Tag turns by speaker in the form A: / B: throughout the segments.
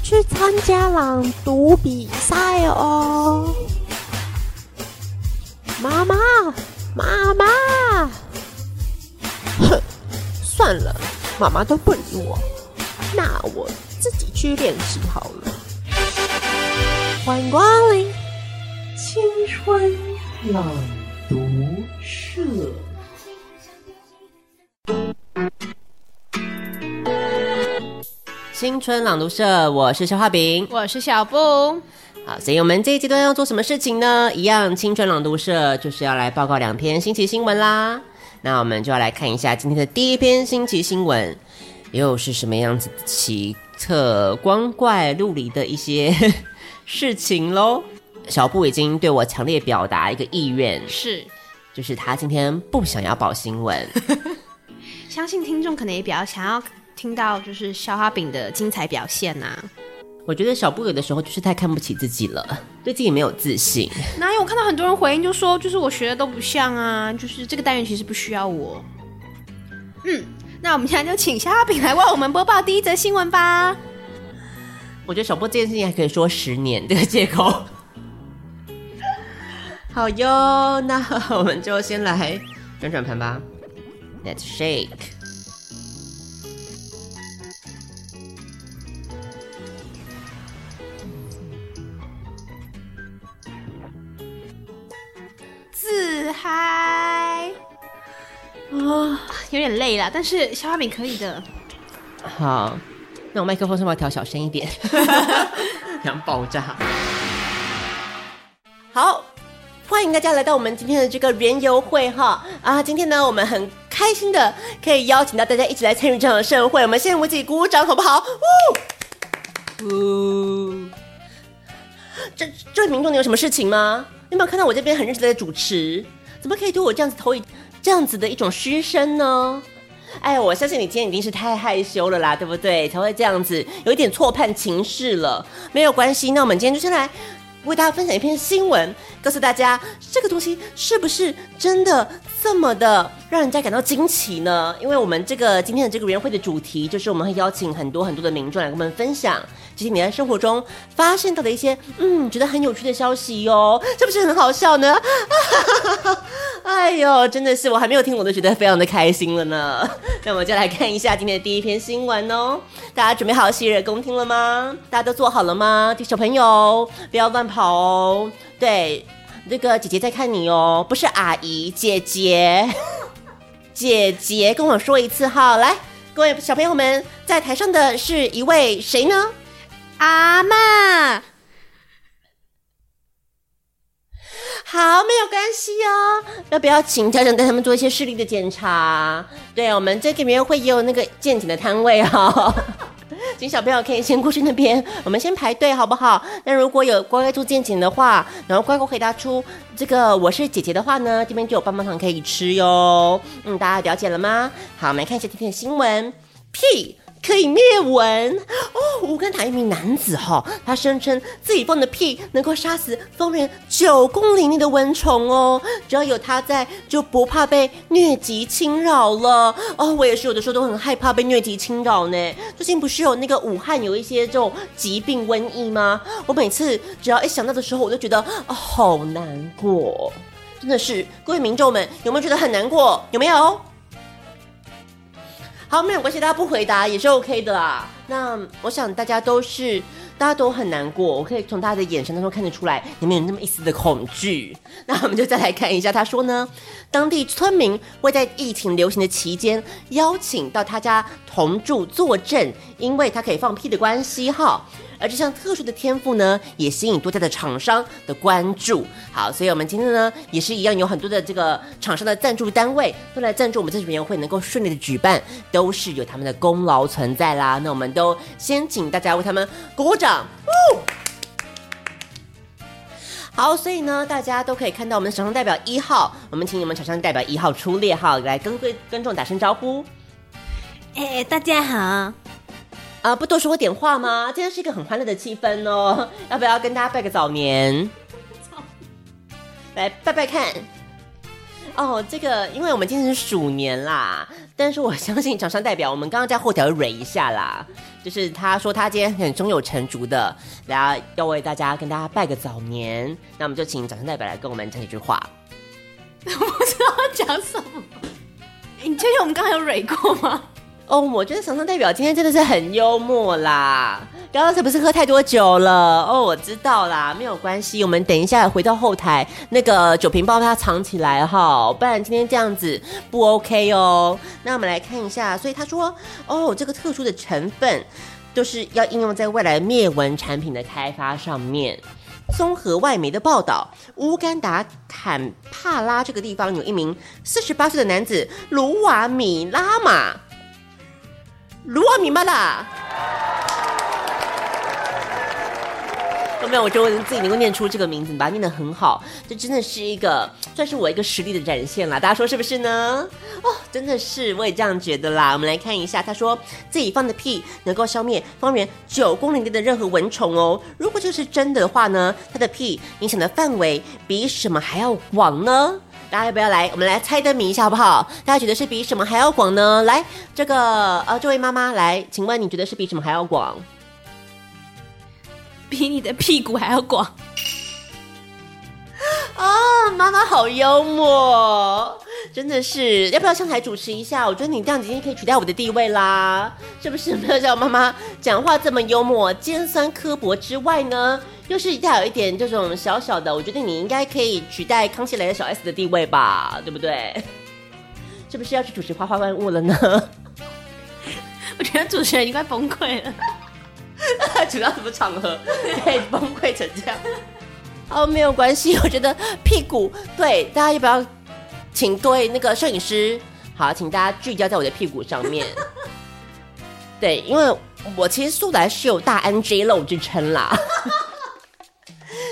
A: 去参加朗读比赛哦。妈妈，妈妈，哼，算了，妈妈都不理我，那我自己去练习好了。欢迎光临，
B: 青春朗读社。
C: 新春朗读社，我是肖画饼。
D: 我是小布，
C: 好，所以我们这一阶段要做什么事情呢？一样，青春朗读社就是要来报告两篇新奇新闻啦。那我们就要来看一下今天的第一篇新奇新闻，又是什么样子奇特、光怪陆离的一些 事情喽。小布已经对我强烈表达一个意愿，
D: 是
C: 就是他今天不想要报新闻。
D: 相信听众可能也比较想要听到就是消化饼的精彩表现啊呐、
C: 我觉得小布有的时候就是太看不起自己了，对自己没有自信。
D: 哪有我看到很多人回应就说，就是我学的都不像啊，就是这个单元其实不需要我。嗯，那我们现在就请消化饼来为我们播报第一则新闻吧。
C: 我觉得小布这件事情还可以说十年这 个借口。好哟，那我们就先来转转盘吧。Let's shake。
D: 自嗨啊、有点累啦，但是消化饼可以的。
C: 好，那我麦克风是不是要调小声一点？ 想爆炸。好，欢迎大家来到我们今天的这个园游会哈啊！今天呢，我们很开心的可以邀请到大家一起来参与这场的盛会，我们先为自己鼓鼓掌好不好？呜呜，这这位民众，你有什么事情吗？你有没有看到我这边很认真的主持？怎么可以对我这样子投以这样子的一种失声呢？哎，我相信你今天一定是太害羞了啦，对不对？才会这样子，有一点错判情势了。没有关系，那我们今天就先来为大家分享一篇新闻，告诉大家这个东西是不是真的这么的让人家感到惊奇呢？因为我们这个今天的这个委员会的主题就是我们会邀请很多很多的民众来跟我们分享，这些你在生活中发现到的一些嗯觉得很有趣的消息哟、是不是很好笑呢？哎呦，真的是我还没有听，我都觉得非常的开心了呢。 那我们就来看一下今天的第一篇新闻哦。大家准备好洗耳恭听了吗？大家都做好了吗？小朋友，不要乱跑哦。对，那个姐姐在看你哦，不是阿姨，姐姐， 姐姐，跟我说一次哈。来，各位小朋友们，在台上的是一位谁呢？
D: 阿妈，
C: 好，没有关系哦。要不要请家长带他们做一些视力的检查？对我们这个园会也有那个健检的摊位哦。 请小朋友可以先过去那边，我们先排队好不好？那如果有乖乖做健检的话，然后乖乖回答出这个我是姐姐的话呢，这边就有棒棒糖可以吃哟。嗯，大家了解了吗？好，我们来看一下今天的新闻。屁可以灭蚊哦！乌干达一名男子哈、他声称自己放的屁能够杀死方圆九公里内的蚊虫哦，只要有他在，就不怕被疟疾侵扰了哦。我也是有的时候都很害怕被疟疾侵扰呢。最近不是有那个武汉有一些这种疾病瘟疫吗？我每次只要一想到的时候，我就觉得哦，好难过，真的是各位民众们有没有觉得很难过？有没有？啊好，没有关系，大家不回答也是 OK 的啦。那我想大家都是大家都很难过。我可以从大家的眼神当中看得出来，你们有那么一丝的恐惧。 那我们就再来看一下，他说呢，当地村民会在疫情流行的期间邀请到他家同住作证，因为他可以放屁的关系哈。而这项特殊的天赋呢，也吸引多家的厂商的关注。好，所以我们今天呢，也是一样，有很多的这个厂商的赞助单位都来赞助我们这次委员会能够顺利的举办，都是有他们的功劳存在啦。那我们都先请大家为他们鼓掌。好，所以呢，大家都可以看到我们的厂商代表一号，我们请你们厂商代表一号出列哈，来跟各位观众打声招呼。
D: 哎、大家 好，
C: 啊，不多说点话吗？今天是一个很欢乐的气氛哦， 要不要跟大家拜个早年？来拜拜看。哦，这个因为我们今天是鼠年啦，但是我相信厂商代表，我们刚刚在后台有蕊一下啦，就是他说他今天很胸有成竹的，然后要为大家跟大家拜个早年，那我们就请厂商代表来跟我们讲几句话。
D: 不知道讲什么。你确定我们刚才有蕊过吗？
C: 哦，我觉得厂商代表今天真的是很幽默啦。刚刚是不是喝太多酒了？哦，我知道啦，没有关系，我们等一下回到后台，那个酒瓶帮它藏起来哈，不然今天这样子不 OK 哦。那我们来看一下，所以他说，哦，这个特殊的成分都是要应用在未来灭蚊产品的开发上面。综合外媒的报道，乌干达坎帕拉这个地方有一名四十八岁的男子卢瓦米拉玛。卢瓦米玛啦。有没有？我觉得我自己能够念出这个名字，你把它念得很好，这真的是一个算是我一个实力的展现啦。大家说是不是呢？哦，真的是，我也这样觉得啦。我们来看一下，他说自己放的屁能够消灭方圆九公里内的任何蚊虫哦。如果这是真的话呢，他的屁影响的范围比什么还要广呢？大家要不要来？我们来猜灯谜一下好不好？大家觉得是比什么还要广呢？来，这个呃，这位妈妈来，请问你觉得是比什么还要广？
D: 比你的屁股还要广。
C: 啊，妈妈好幽默，真的是，要不要上台主持一下？我觉得你这样子已经可以取代我的地位啦，是不是？没有像我妈妈讲话这么幽默、尖酸刻薄之外呢，又是带有一点这种小小的，我觉得你应该可以取代康熙来的小 S 的地位吧，对不对？ 是不是要去主持《花花万物》了呢？
D: 我觉得主持人已经快崩溃了。
C: 主要什么场合可以崩溃成这样？哦，没有关系， 我觉得屁股对大家要不要请各位那个摄影师好，请大家聚焦在我的屁股上 面。对，因为我其实素来是有大安 J 露之称啦，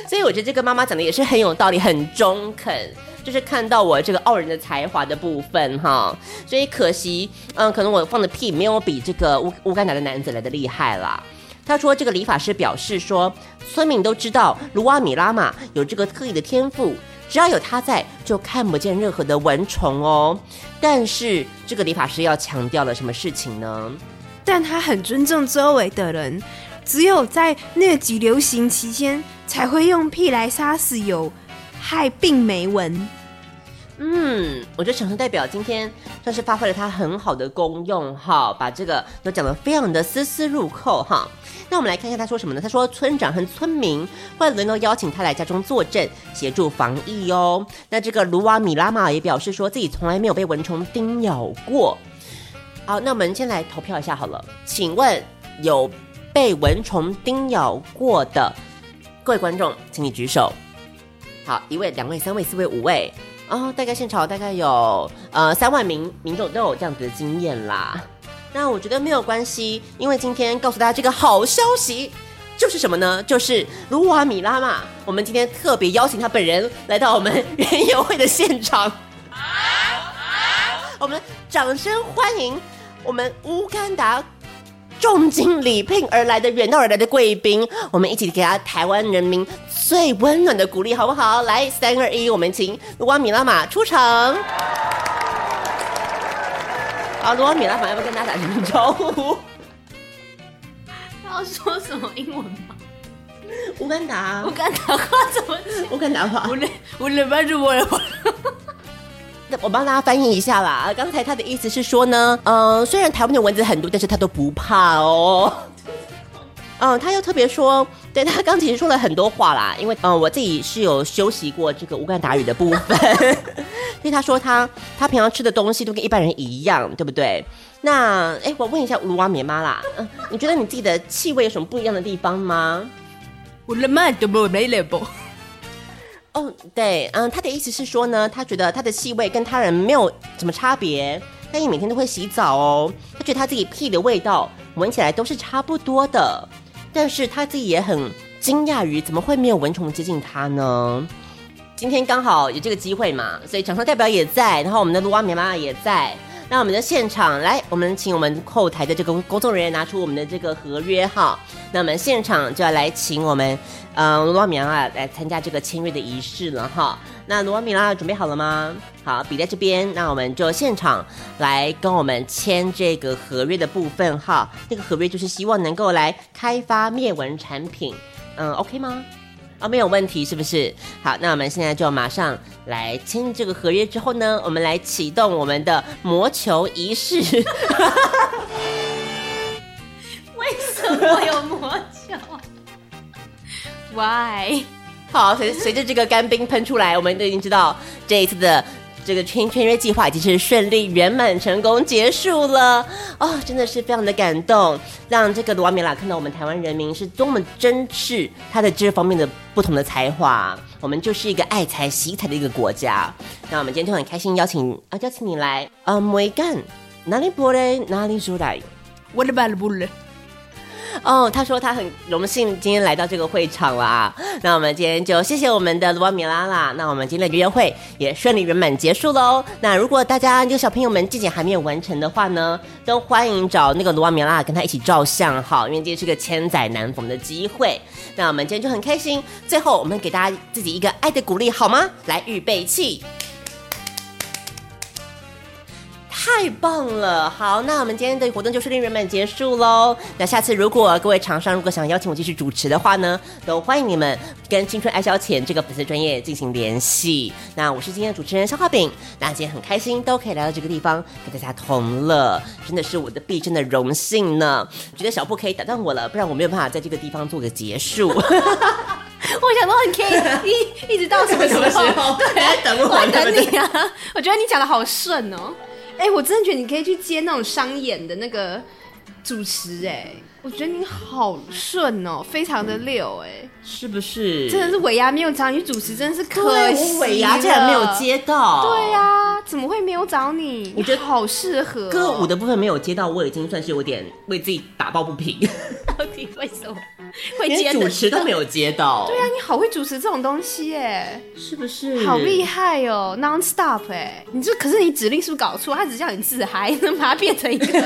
C: 所以我觉得这个妈妈讲的也是很有道理，很中肯。就是看到我这个傲人的才华的部分哈，所以可惜，嗯，可能我放的屁没有比这个乌乌干达的男子来的厉害啦。他说：“这个理发师表示说，村民都知道卢瓦米拉玛有这个特异的天赋，只要有他在，就看不见任何的蚊虫哦。但是这个理发师要强调了什么事情呢？
E: 但他很尊重周围的人，只有在疟疾流行期间才会用屁来杀死有害病媒蚊。
C: 嗯，我觉得厂商代表今天算是发挥了它很好的功用哈，把这个都讲得非常的丝丝入扣哈。那我们来看一下他说什么呢？他说村长和村民会轮流邀请他来家中坐镇，协助防疫哦。那这个卢瓦米拉玛也表示说自己从来没有被蚊虫叮咬过。好，那我们先来投票一下好了，请问有被蚊虫叮咬过的各位观众，请你举手。好，一位、两位、三位、四位、五位，哦，大概现场大概有呃三万名民众都有这样子的经验啦。那我觉得没有关系，因为今天告诉大家这个好消息，就是什么呢？就是卢瓦米拉嘛，我们今天特别邀请他本人来到我们园游会的现场。我们掌声欢迎我们乌干达重金礼聘而来的远道而来的贵宾，我们一起给他台湾人民最温暖的鼓励，好不好？来，三二一，我们请卢瓦米拉玛出场。好，啊卢瓦米拉玛要不要跟大家打声招呼？
D: 他要说什么英文吗？
C: 乌干达
D: 我，刚打话怎么讲？
C: 乌干达话，
D: 我勒我勒巴住我勒巴。
C: 那我帮大家翻译一下啦。刚才他的意思呃是说呢，嗯、虽然台湾的蚊子很多，但是他都不怕哦。嗯，他又特别说，对他刚其实说了很多话啦，因为嗯，我自己是有休息过这个乌干达语的部分， 因为他说他他平常吃的东西都跟一般人一样，对不对？那哎，我问一下乌哇棉妈啦，嗯，你觉得你自己的气味有什么不一样的地方吗？
D: 我的妈，怎么没 level？
C: 哦，对，嗯，他的意思是说呢，他觉得他的气味跟他人没有什么差别，但你每天都会洗澡哦，他觉得他自己屁的味道闻起来都是差不多的，但是他自己也很惊讶于怎么会没有蚊虫接近他呢？今天刚好有这个机会嘛，所以厂商代表也在，然后我们的卢阿棉妈也在。那我们的现场来，我们请我们后台的这个工作人员拿出我们的这个合约哈。那我们现场就要来请我们，嗯，罗阿米拉来参加这个签约的仪式了哈。那罗阿米拉准备好了吗？好，笔在这边，那我们就现场来跟我们签这个合约的部分哈。那个合约就是希望能够来开发灭蚊产品，嗯，OK 吗？哦，没有问题，是不是？好，那我们现在就马上来签这个合约之后呢，我们来启动我们的魔球仪式。
D: 为什么有魔球？Why？
C: 好，随随着这个干冰喷出来，我们都已经知道这一次的这个签签约计划已经是顺利圆满成功结束了。哦，真的是非常的感动，让这个罗瓦米拉看到我们台湾人民是多么珍视他的这方面的不同的才华。我们就是一个爱才惜才的一个国家。那我们今天就很开心邀请啊，邀请你来啊，梅干哪里博嘞，哪里出来。
D: 我的巴鲁布勒，
C: 哦，他说他很荣幸今天来到这个会场啦。那我们今天就谢谢我们的罗米拉啦。那我们今天的约会也顺利圆满结束喽。那如果大家有小朋友们季节还没有完成的话呢，都欢迎找那个罗米拉跟他一起照相哈，因为这是个千载难逢的机会。那我们今天就很开心。最后，我们给大家自己一个爱的鼓励好吗？来，预备起。太棒了！好，那我们今天的活动就顺利圆满结束喽。那下次如果各位厂商如果想邀请我继续主持的话呢，都欢迎你们跟青春爱消遣这个粉丝专业进行联系。那我是今天的主持人肖画饼，那今天很开心都可以来到这个地方跟大家同乐，真的是我的毕生的荣幸呢。觉得小布可以打断我了，不然我没有办法在这个地方做个结束。
D: 我想说你可以一一 直到什么时候？
C: 什么时候
D: 对，
C: 你在等我
D: 我在等
C: 对不
D: 你啊！ 我觉得你讲的好顺哦。哎、我真的觉得你可以去接那种商演的那个主持、哎，我觉得你好顺哦，非常的溜、哎、
C: 是不是？
D: 真的是尾牙没有找你主持，真的是可
C: 对，
D: 惜
C: 我尾牙竟然没有
D: 了。
C: 接到。
D: 对呀、怎么会没有找你？
C: 我觉得
D: 你好适合哦、
C: 歌舞 的部分没有接到，我已经算是有点为自己打抱不平，
D: 到底为什么会哎接
C: 连
D: 得
C: 主持都没有接到。
D: 对啊，你好会主持这种东西哎，
C: 是不是？
D: 好厉！害哦，non stop 哎，你这可是你指令是不是搞错？他只叫你自嗨，你把它变 成一个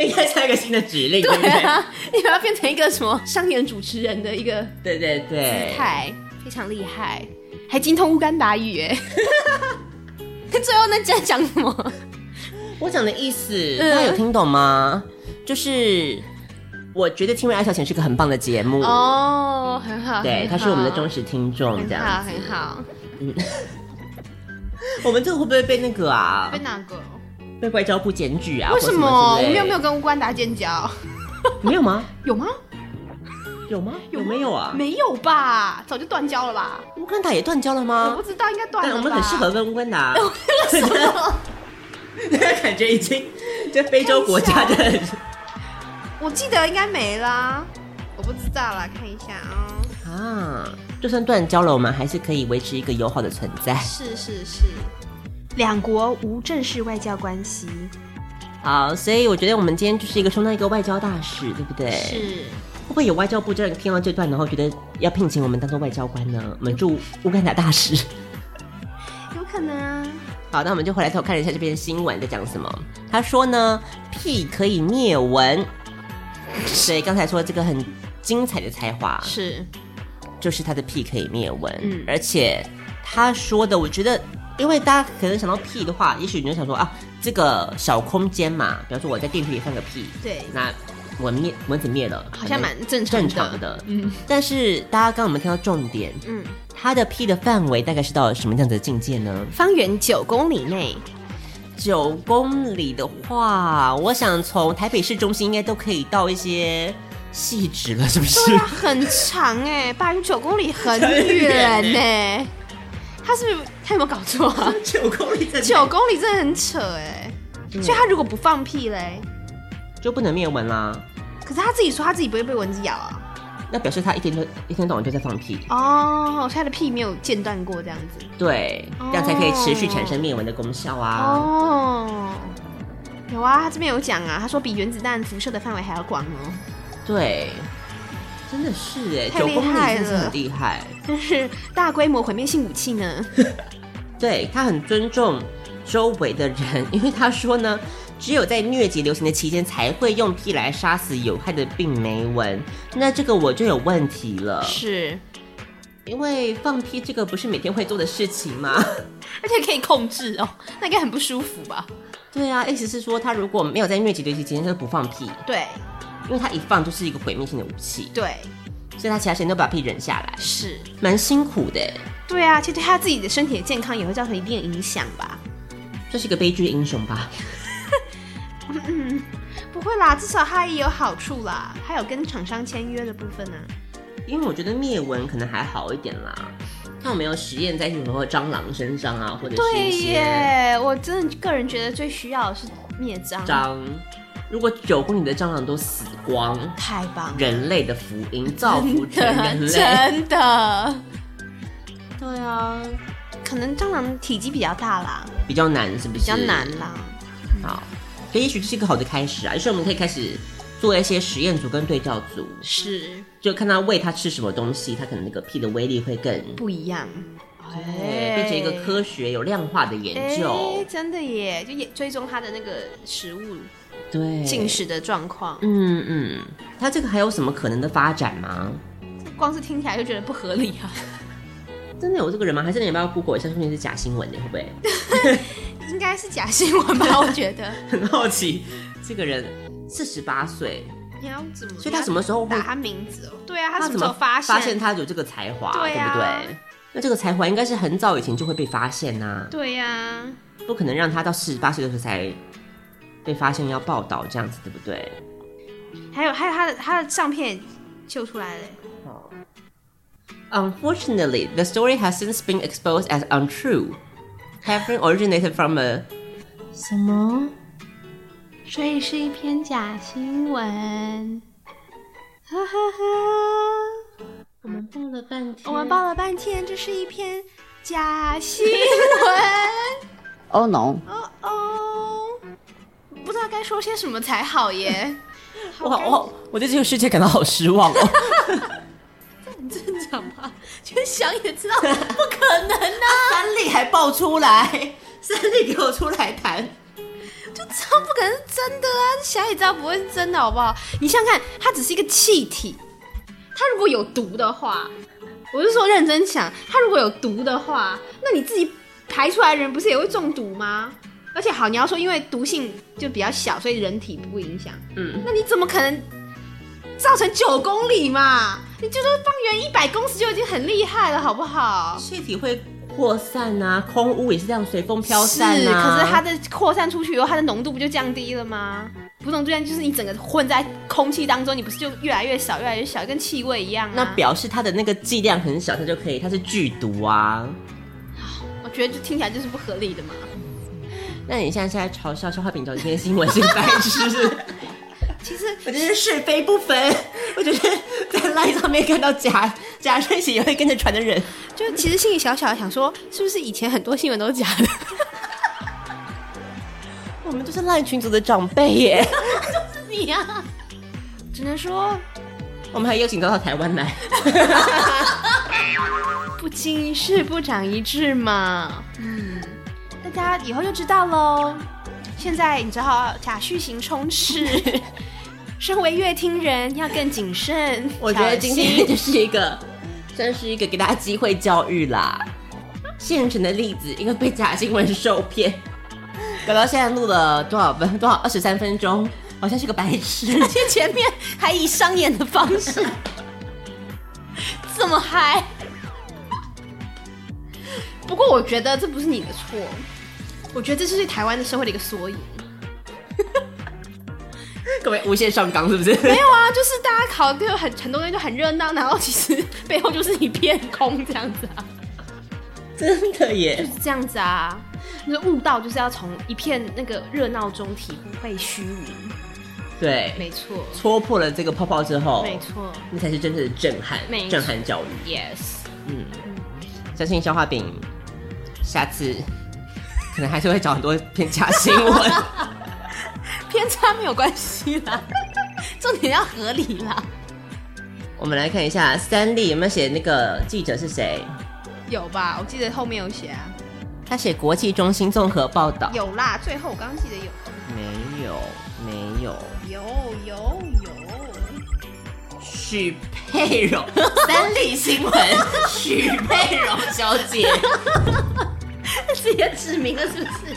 C: 应该下一个新的指令，对不
D: 对
C: 对？
D: 啊， 你把它变成一个什么商演主持人的一个
C: 对对对，
D: 态，非常厉害，还精通乌干达语哎。 最后那在讲什么？
C: 我讲的意思，
D: 嗯
C: 大家有听懂吗？就是我觉得《青微爱小钱》是个很棒的节目，
D: 哦，很
C: 嗯
D: 好，
C: 对，
D: 很
C: 他是我们的
D: 好
C: 忠实听众，这
D: 很
C: 样
D: 好，
C: 子。
D: 很好。
C: 我们这个会不会被那个啊
D: 被？哪个？
C: 被外交部检举啊？
D: 为
C: 或
D: 什
C: 什
D: 么？
C: 之类
D: 我们有没有跟乌干达建交？
C: 没有吗？
D: 有吗？
C: 有吗？有
D: 吗
C: 没有啊？
D: 没有吧？早就断交了吧？
C: 乌干达也断交了
D: 我
C: 吗
D: 不？知道，应该断
C: 啊但
D: 了吧？
C: 我们很适合跟乌干达。
D: 合。
C: 啊 感觉已经在非洲国家的，
D: 我记得应该没啦，我不知道啦，看一下啊、
C: 啊，就算断交了，我们还是可以维持一个友好的存在。
D: 是是是，
E: 两国无正式外交关系。
C: 好，所以我觉得我们今天就是一个充当一个外交大使，对不对？是。会不会有外交部这样听到这段，然后觉得要聘请我们当做外交官呢？我们驻乌干达大使。
E: 有可能啊，
C: 好，那我们就回来头看一下这边的新闻在讲什么。他说呢，屁可以灭蚊，所以刚才说这个很精彩的才华
D: 是
C: 就是他的屁可以灭蚊，
D: 嗯
C: 而且他说的，我觉得，因为大家可能想到屁的话，也许你就想说啊，这个小空间嘛，比方说我在电梯里放个屁，
D: 对
C: 那蚊灭蚊子灭了，
D: 好像蛮正常
C: 正
D: 的
C: 常的，嗯。但是大家刚刚有没有听到重点？
D: 嗯，
C: 他的屁的范围大概是到什么样子的境界呢？
D: 方圆九公里内，
C: 九公里的话，我想从台北市中心应该都可以到一些细致了，是不是？
D: 啊很长哎、八云九公里很
C: 很
D: 远欸
C: 远
D: 呢、 他是不是他有没有搞错 啊？
C: 九公里在
D: 九公里真的很扯哎、所以他如果不放屁嘞，
C: 就不能灭蚊啦。
D: 可是他自己说他自己不会被蚊子咬啊。
C: 那表示他一天都一天到晚就在放屁，
D: 哦，所以他的屁没有间断过这样子。
C: 对，这样才可以持续产生灭蚊的功效啊。
D: 哦，有啊，他这边有讲啊，他说比原子弹辐射的范围还要广哦。
C: 对，真的是哎，
D: 太
C: 九
D: 厉
C: 公
D: 害
C: 里真的是
D: 了
C: 很厉害。
D: 但是大规模毁灭性武器呢？
C: 对他很尊重周围的人， 因为他说呢，只有在疟疾流行的期间才会用屁来杀死有害的病媒蚊。那这个我就有问题了，
D: 是，
C: 因为放屁这个不是每天会做的事情吗？
D: 而且可以控制哦，那应该很不舒服吧？
C: 对啊，意思是说他如果没有在疟疾流行期间他就不放屁，
D: 对
C: 因为他一放就是一个毁灭性的武器，
D: 对
C: 所以他其他时间都把屁忍下来，
D: 是，
C: 蛮辛苦的，
D: 对啊，其实对他自己的身体的健康也会造成一定的影响吧？
C: 这是个悲剧英雄吧？
D: 不会啦，至少他也有好处啦，还有跟厂商签约的部分呢、啊
C: 因为我觉得灭蚊可能还好一点啦。看有没有实验在比如说蟑螂身上啊，或者是
D: 对
C: 一些
D: 耶，我真的个人觉得最需要的是灭蟑，
C: 蟑。如果九公里的蟑螂都死光，
D: 太棒了，
C: 人类的福音造 福全人类。
D: 真的，
C: 对啊，
D: 可能蟑螂体积比较大啦，
C: 比较难是不是？
D: 比较难啦。
C: 好，所以也许这是一个好的开始啊，也许我们可以开始做一些实验组跟对照组，
D: 是
C: 就看他喂它吃什么东西，它可能那个屁的威力会更。
D: 不一样，
C: 对，变成一个科学有量化的研究
D: 哎，，真的耶，就也追踪它的那个食物
C: 对，
D: 进食的状况，
C: 嗯嗯，它这个还有什么可能的发展吗？
D: 光是听起来就觉得不合理啊。
C: 真的有这个人吗？还是你要不要 Google 一下，说不定是假新闻呢？会不 会？
D: 应该是假新闻吧？我觉得。
C: 很好奇，这个人四十八岁，
D: 你要怎么？
C: 所以他什么时候
D: 你
C: 会
D: 要打他名字哦？对啊，他
C: 他
D: 什么
C: 怎
D: 时
C: 么
D: 候发
C: 现？他有这个才华，
D: 对啊
C: 不对？那这个才华应该是很早以前就会被发现呐、
D: 对啊呀、
C: 不可能让他到四十八岁的时候才被发现要报道这样子，对不对？
D: 还有还有他的他的相片也秀出来了。
C: Unfortunately, the story has since been exposed as untrue, having originated from a
D: 什么？所以是一篇假新闻。哈哈哈！
C: 我们报了半天
D: 我们报了半天，这是一篇假新闻。
F: Oh no！
D: 哦哦，不知道该说些什么才好 耶。
C: 我我我对这个世界感到好失 望哦。
D: 很正常 吧？就是想也知道不可能啊，
C: 三立还爆出来，三立给我出来谈。
D: 就知道不可能是真的啊，想也知道不会是真的，好不好？你想想看，它只是一个气体，它如果有毒的话，我是说认真想，它如果有毒的话，那你自己排出来的人不是也会中毒吗？而且好，你要说因为毒性就比较小，所以人体不会影响，
C: 嗯，
D: 那你怎么可能造成九公里嘛？你最多方圆一百公尺就已经很厉害了，好不好？
C: 气体会扩散啊，空污也是这样随风飘散
D: 是，
C: 啊。
D: 可是它的扩散出去以后，它的浓度不就降低了吗？不浓度降低就是你整个混在空气当中，你不是就越来越少，越来越小，跟气味一样、啊。
C: 那表示它的那个剂量很小，它就可以，它是剧毒啊。
D: 我觉得就听起来就是不合理的嘛。
C: 那你现在是在嘲笑消化饼找今天新闻是白痴？
D: 其实
C: 我真是是非不分。 我觉得在 line 上面看到假假讯息也会跟着传的人，
D: 就其实心里小小的想说，是不是以前很多新闻都是假的？
C: 我们就是 line 群组的长辈耶。
D: 你呀、 只能说
C: 我们还邀请到到台湾来。
D: 不经一事不长一智嘛。嗯，大家以后就知道喽。现在你只好假虚情充斥。 身为乐听人，要更谨慎。
C: 我觉得
D: 小
C: 今
D: 心
C: 天就是一个，算是一个给大家机会教育啦。现成的例子，因为被假新闻受骗，搞到现在录了多少分？多少二十三分钟，好像是个白痴。
D: 这前面还以商演的方式，这么嗨。不过我觉得这不是你的错，我觉得这就是台湾的社会的一个缩影。
C: 各位无限上纲是不是？
D: 没有啊，就是大家考就很很多东西就很热闹，然后其实背后就是一片空这样子啊，
C: 真的耶
D: 就！是这样子啊。那悟道就是要从一片那个热闹中体会虚无，
C: 对，
D: 没错，
C: 戳破了这个泡泡之后，
D: 没错
C: 那才是真正的震撼
D: 没，错
C: 震撼教育。
D: ，yes，
C: 嗯，相信消化饼下次可能还是会找很多偏假新 闻。
D: 偏差没有关系啦， 重点要合理啦。
C: 我们来看一下三立有没有写那个记者是谁？
D: 有吧？我记得后面有写啊，
C: 他写国际中心综合报道，
D: 有啦，最后我刚刚记得有，
C: 没有？没有，
D: 有有 有，
C: 许佩 荣，三立新闻，许佩荣小姐。
D: 直接指明了是不是？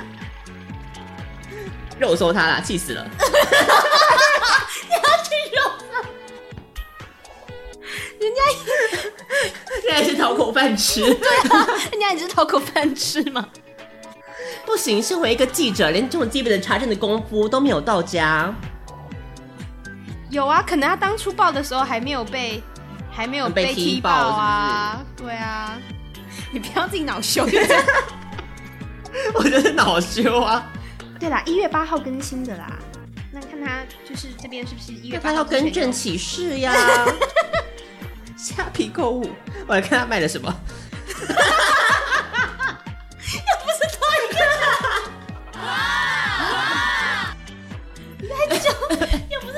C: 肉搜他啦，气死 了！
D: 人家
C: 现在是讨口饭 吃，
D: 人家也是讨口饭吃嘛。
C: 不行，身为一个记者，连这种基本的查证的功夫都没有到 家，
D: 有啊，可能他当初报的时候还没有被，还没有
C: 被踢
D: 踢
C: 爆
D: 啊。对啊，你不要自己恼羞。就这样
C: 我真是恼羞啊！
D: 对啦，一月八号更新的啦。那看他就是这边是不是一月
C: 那
D: 八
C: 他
D: 号
C: 要
D: 之前
C: 更正
D: 有
C: 启事呀， 虾皮购物，我来看他卖了什么。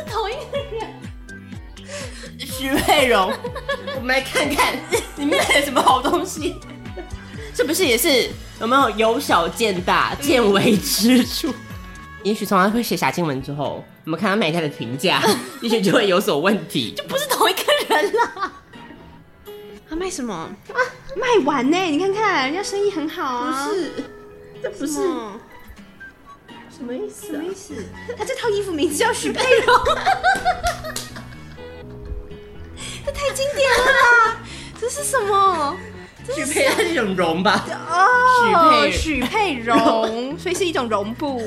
D: 同一个人，
C: 徐佩 荣，我们来看看 你卖了什么好东西，是不是也是有没有由小见大，见微知著？ 也许从他会写假新闻之后，我们看他卖家的评 价，也许就会有所问题。
D: 不是同一个人啦。他卖什么啊？卖完呢、你看看人家生意很好啊。
C: 不是，这不是
D: 什么
C: 什么意思、啊？
D: 意思？他这套衣服名字叫许佩荣， 这太经典了啦！这是什么？
C: 许佩他是一种容吧？
D: 哦，
C: 许
D: 许佩荣，所以是一种绒布。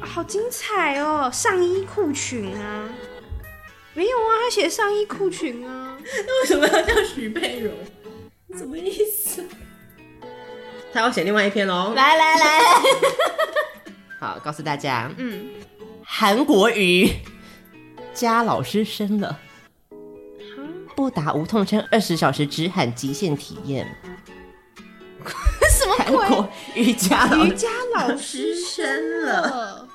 D: 好精彩哦！上衣裤裙啊，没有啊，他写上衣裤裙啊。
C: 那 为什么要叫许佩荣？什么意思？他要写另外一篇喽。
D: 来来来，
C: 好，告诉大家，
D: 嗯，
C: 韩国瑜家老师生了，不打无痛针二十小时只喊极限体验。
D: 什么
C: 韩
D: 鬼？
C: 国瑜伽老
D: 瑜
C: 师
D: 伽老师
C: 生 了，
D: 了。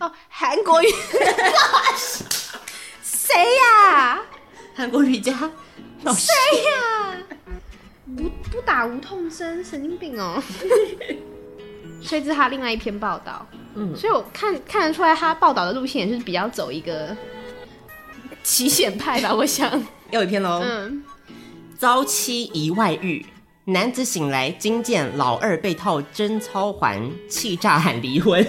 D: 哦，韩国瑜， 谁呀、
C: 韩国瑜伽老师
D: 谁呀、不不打无痛针，神经病哦！所以这是他另外一篇报道，
C: 嗯
D: 所以我看看得出来，他报道的路线也是比较走一个奇险派吧，我想，
C: 又一篇喽。
D: 嗯，
C: 遭妻疑外遇，男子醒来惊见老二被套贞操环，气炸喊离婚。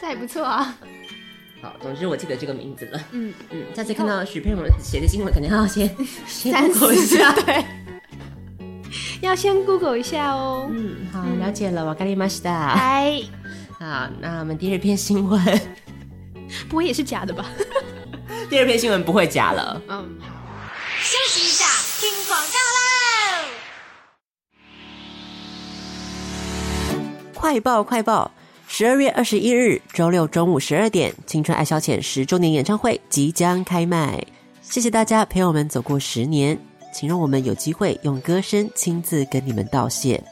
D: 这还不错啊，
C: 好，总之我记得这个名字了。
D: 嗯，
C: 嗯，下次看到许佩荣写的新闻，肯定要 先先
D: 三
C: Google 一
D: 思 啊
C: 下。
D: 对，要先 Google 一下哦。
C: 嗯，好，了解了，わかりました。
D: 哎，
C: 好，那我们第二篇新闻，
D: 不会也是假的吧？
C: 第二篇新闻不会假了。
D: 嗯，好。
C: 快报快报！十二月二十一日周六中午十二点，青春爱消遣十周年演唱会即将开卖。谢谢大家陪我们走过十年，请让我们有机会用歌声亲自跟你们道谢。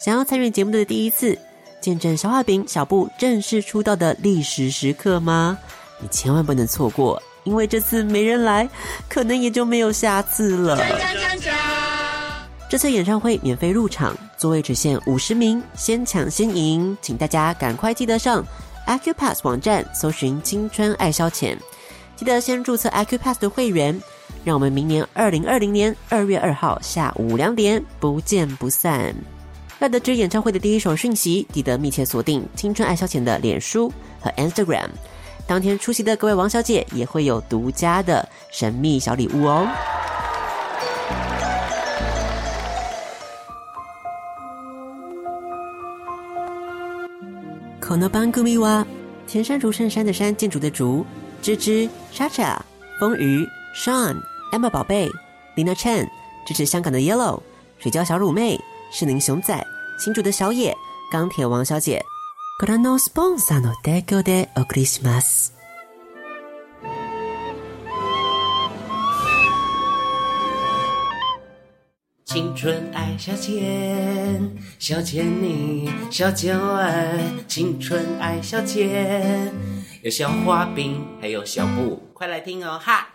C: 想要参与节目的第一次，见证小画饼小布正式出道的历史时刻吗？你千万不能错过，因为这次没人来，可能也就没有下次了。这次演唱会免费入场，座位只限五十名，先抢先赢，请大家赶快记得上 Acupass 网站搜寻“青春爱消遣”，记得先注册 Acupass 的会员。让我们明年二零二零年二月二号下午两点不见不散。赖得知演唱会的第一手讯息，记得密切锁定“青春爱消遣”的脸书和 Instagram。当天出席的各位王小姐也会有独家的神秘小礼物哦。
F: この番組は田山竹衬衫的山建筑的竹芝芝莎莎风鱼 Sean Emma 宝贝 Lina Chen 支持香港的 Yellow 水饺小乳妹是林熊仔新竹的小野钢铁王小姐。ご覧のスポンサーの提供でお送りします。
G: 青春爱消遣，消遣你，消遣我，青春爱消遣，有小花饼，还有小布，快来听哦哈！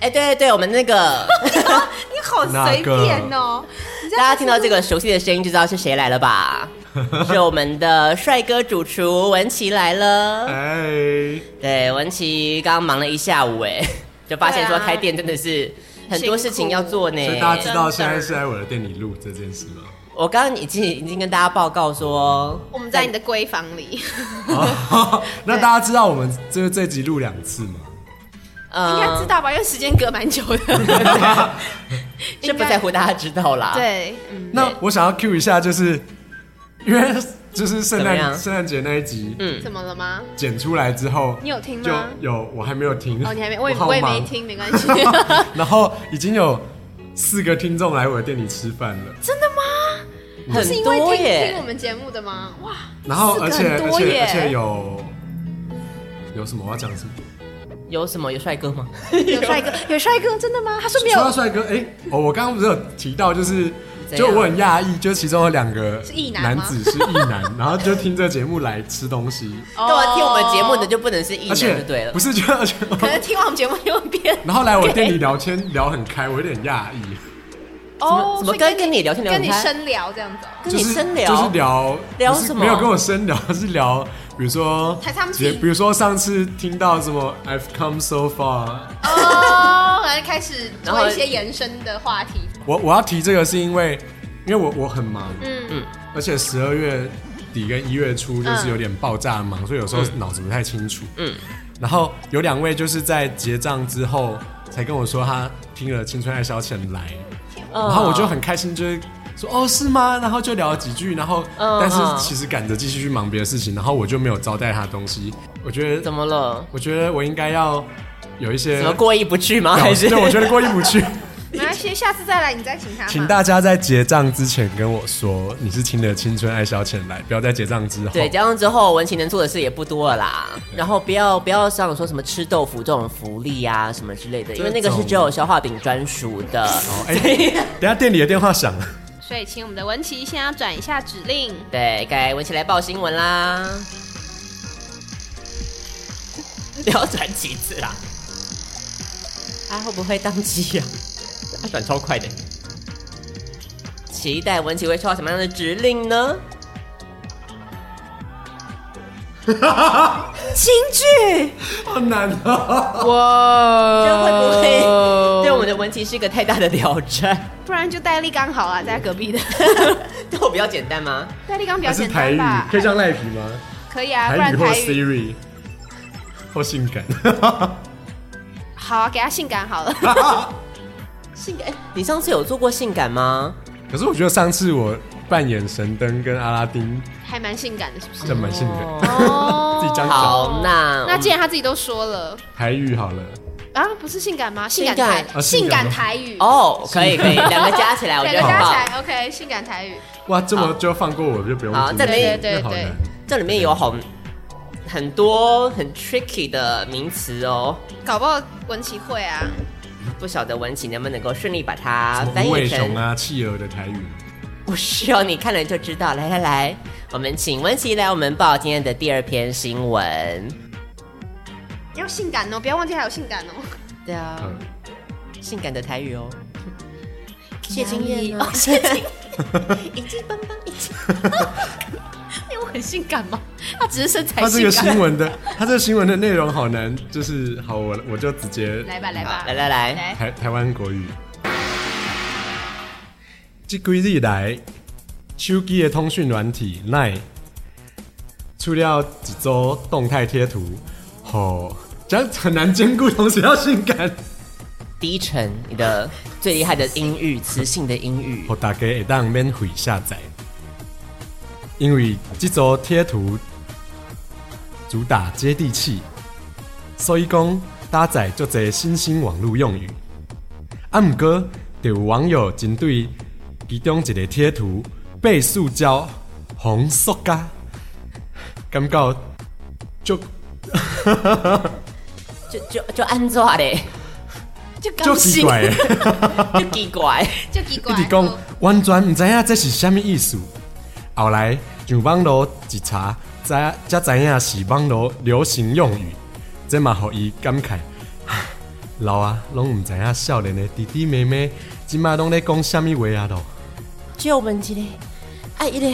C: 哎，对对对，我们那个
D: 你好随便哦，你这
C: 大
D: 样
C: 家听到这个熟悉的声音，就知道是谁来了吧？是我们的帅哥主厨文琪来了。
H: 哎，
C: 对，文琪刚刚忙了一下午，哎， 就发现说
D: 对啊
C: 开店真的是很多事情要做呢。
H: 啊所以大家知道现在是在我的店里录这件事 吗？
C: 我刚刚已经已经跟大家报告说，
D: 我们在你的闺房 里，
H: 哦， 那大家知道我们这这集录两次吗？
D: 应该知
C: 嗯，
D: 道吧？因为时间隔蛮久的。
C: 是不在乎大家知道啦。，
D: 对，嗯，
H: 那我想要 Q 一下，就是因为就是
C: 怎
H: 圣
C: 么
H: 诞
C: 样
H: 圣诞节那一集，
C: 嗯
D: 怎么了吗？
H: 剪出来之后，
D: 你有听吗
H: 就有，我还没有听。
D: 哦，你还没，我也
H: 好
D: 我也
H: 忙
D: 没。听，没关系。
H: 然后已经有四个听众来我的店里吃饭了，
D: 真的吗？
C: 很
D: 是因为
C: 多
D: 听听我
C: 耶。
D: 们节目的吗？哇，
H: 然后
D: 四个
H: 而且
D: 很
H: 而
D: 多
H: 且
D: 耶
H: 而且有有什么我要讲什么？
C: 有什么有帅哥吗？
D: 有帅哥，有帅哥，真的吗？他说没
H: 说到
D: 有，
H: 帅哥，哎、哦，我刚刚不是有提到，就是
C: 怎
H: 就
C: 样
H: 我很讶异，就其中有两个
D: 是异男吗
H: 男子是异 男，然后就听这节目来吃东西，
D: 干
C: 干嘛啊听我们节目的就不能是艺
H: 而
C: 人
H: 且
C: 就对了
H: 不？是就而且，
D: 可能听完我们节目又变
H: 然后来我店里聊天聊很开，我有点讶异，
D: 哦，
C: 怎么
D: 所以
C: 跟跟你聊天聊
D: 跟你
C: 很开
D: 深聊这样子哦？
C: 跟
H: 就
C: 你
H: 是
C: 深聊，
H: 就是聊
C: 聊
H: 不是
C: 什么
H: 没有跟我深聊，是聊比如说
D: 台上
H: 节
D: 戏
H: 比如说上次听到什么 I've come so far，
D: 哦，然后开始
C: 然后
D: 做一些延伸的话题。
H: 我我要提这个是因为因为我我很忙，
D: 嗯，
H: 而且十二月底跟一月初就是有点爆炸忙，所以有时候
C: 嗯
H: 脑子不太清楚。嗯，然后有两位就是在结账之后才跟我说他听了《青春爱消遣》来，
C: 嗯
H: 然后我就很开心，就是说哦是吗？然后就聊了几句，然后、
C: 嗯
H: 但是
C: 嗯
H: 其实赶着继续去忙别的事情，然后我就没有招待他的东西。我觉
C: 怎
H: 得，
C: 么了？
H: 我觉得我应该要有一些
C: 怎么过意不去吗？
H: 表
C: 还是
H: 示对，我觉得过意不去。
D: 没关系，下次再来你再请他嘛。
H: 请大家在结账之前跟我说你是听了《青春爱消遣》来，不要在结账之后。
C: 对，加上之后文琪能做的事也不多了啦。然后不要不要像说什么吃豆腐这种福利啊什么之类的，因为那个哦是只有消化饼专属的。
H: 哎、等一下店里的电 话响了，
D: 所以请我们的文琪先要转一下指令。
C: 对，该文琪来报新闻啦。 不要转几次啦？啊，会不会宕机呀、啊？他转超快的。期待文琪会收到什么样的指令 呢？
E: 京剧，
H: 好难哦。
C: 这
D: 哇，
C: 会不会对我们的文琪是一个太大的挑战？
D: 不然就戴立刚好啦，在隔壁 的
C: 这我比较简单吗？
D: 戴立刚比
H: 还
D: 较
H: 是
D: 简
H: 台
D: 单
H: 语
D: 吧，？
H: 可以像赖皮吗？
D: 可以啊，不然
H: 语或
D: 台语
H: Siri，或性感。
D: 好啊，给他性感好了。
C: 性感？哎你上次有做过性感吗？
H: 可是我觉得上次我扮演神灯跟阿拉丁，
D: 还蛮性感的，是不是？
H: 真蛮性感。
D: 哦
H: 自己张口
C: 好，那
D: 那既然他自己都说了
H: 台语好了，
D: 啊，不是性感吗？性
C: 性
D: 感
C: 感
D: 台，
H: 啊
D: 性
H: 性
D: 感
H: 感
D: 台语，
C: 哦，可以可以，两个加起来我
D: 两
C: 觉得
D: 个
C: 很
D: 加
C: 棒
D: 起。来，OK，性感台语。
H: 哇，这么就放过我就不用
C: 好
H: 注意
C: 再来
H: 了
D: 对对
H: 那好
D: 对
H: 难。
C: 这里面有好很多很 tricky 的名词哦，
D: 搞不好文琪会啊，
C: 不晓得文琪能不能够顺利把它
H: 什么
C: 翻
H: 无尾
C: 译
H: 熊
C: 成？
H: 啊、企鹅的台语，
C: 不是哦，你看了就知道。来来来，我们请文琪来我们报今天的第二篇新闻。
D: 要性感哦，不要忘记还有性感哦。
C: 对啊，
H: 嗯，
C: 性感的台语 哦。
D: 谢金燕 哦，谢金，一级棒棒，一级。 因为哎我很性感吗？他只是身材
H: 他这
D: 性
H: 个
D: 感
H: 新。闻的，他这个新闻的内容好难，就是好，我我就直接
D: 来吧，来吧，
C: 来来来，
D: 来，
H: 台台湾国语。这几日来，手机的通讯软体 Line 出了一组动态贴图，吼、这样很难兼顾同时要性感，
C: 低沉，你的最厉害的音域，磁性的音域
H: 给。大家会当免费下载。因为这组贴图主打接地气，所以讲搭载足侪新兴网络用语。啊，毋过就有网友针对其中一个贴图被塑胶红塑胶，感觉就
C: 就就就安怎 嘞？
D: 就高
H: 就奇
D: 兴，
H: 怪啊的。
C: 就 奇怪，
D: 就奇怪哦。
H: 一直讲完全毋知影这是啥物意思。后来上网络一查，知才知影是网络流行用语，这嘛互伊感慨。 唉老啊，拢毋知影少年的弟弟妹妹，即摆拢咧讲啥物话啊咯？
C: 借问一个，啊，伊个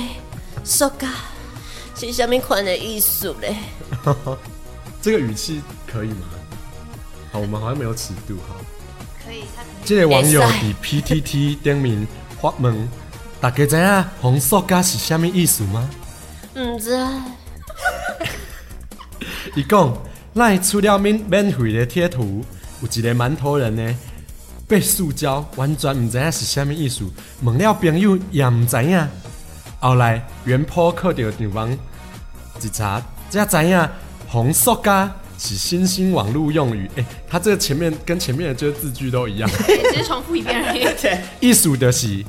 C: 塑胶是啥物款的意思嘞？
H: 这个语气可以吗？好，我们好像没有尺度哈。
D: 可以，他可以
H: 这个网友
C: 可
H: 伫 PTT 顶面发问，大家知影红塑胶是啥物意思吗？
C: 毋知
H: 伊讲，咱出了免免费的贴图，有一个馒头人呢，被塑胶完全毋知影是啥物意思，问了朋友也毋知影。后来原坡靠着上网一查，才知影红塑胶是新兴网络用语。诶、他这个前面跟前面的这个字句都一样，
D: 只是重复一遍而已。
H: 意思就是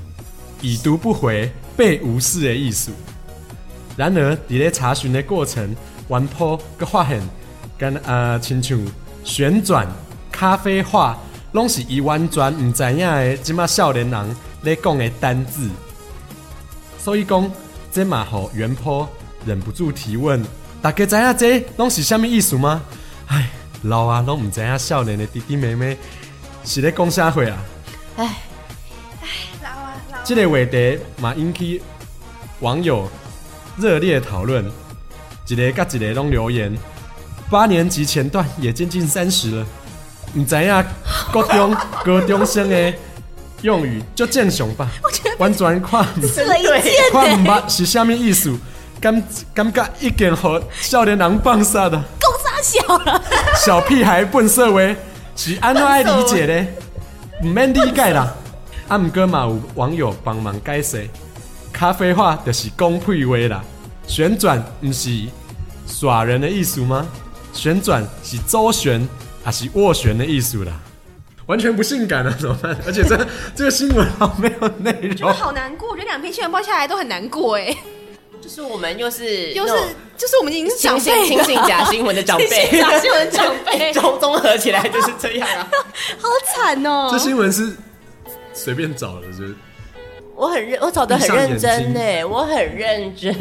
H: 已读不回、被无视的意思。然而，伫咧查询的过程，原坡佮发现，跟呃亲像旋转、咖啡化，拢是伊完全毋知影的，即马少年人咧讲的单字。所以讲，这嘛互原坡忍不住提问：大家知影这拢是虾物意思吗？唉，老啊，拢毋知影少年的弟弟妹妹是咧讲啥货啊？这个话题嘛引起网友热烈讨论，一个甲一个拢留言。八年级前段也接近三十了，唔知影高中 高中生的用语就正常吧，完全看不看唔捌是虾米意思，感感觉已经和少年人放杀的，够傻小了，小屁孩笨社会是安怎爱理解呢？唔免理解啦。啊，毋过嘛有网友帮忙解释，咖啡话就是讲屁话啦，旋转毋是耍人的意思吗？旋转是周旋还是斡旋的意思啦？完全不性感啊，怎么 办？而且这这个新闻好没有内
D: 觉得
H: 容。
D: 好难过，我觉得两篇新闻报下来都很难过哎，
C: 就是我们又是
D: 又是 就是我们已经是
C: 清
D: 长
C: 醒
D: 辈
C: 清
D: 了，
C: 醒假新闻的 长辈，
D: 假新闻长 辈，
C: 综综合起来就是这样啊。
D: 好惨哦
H: 这。新闻是随便找的，就是
C: 我很认，我找的很认真呢，我很认真。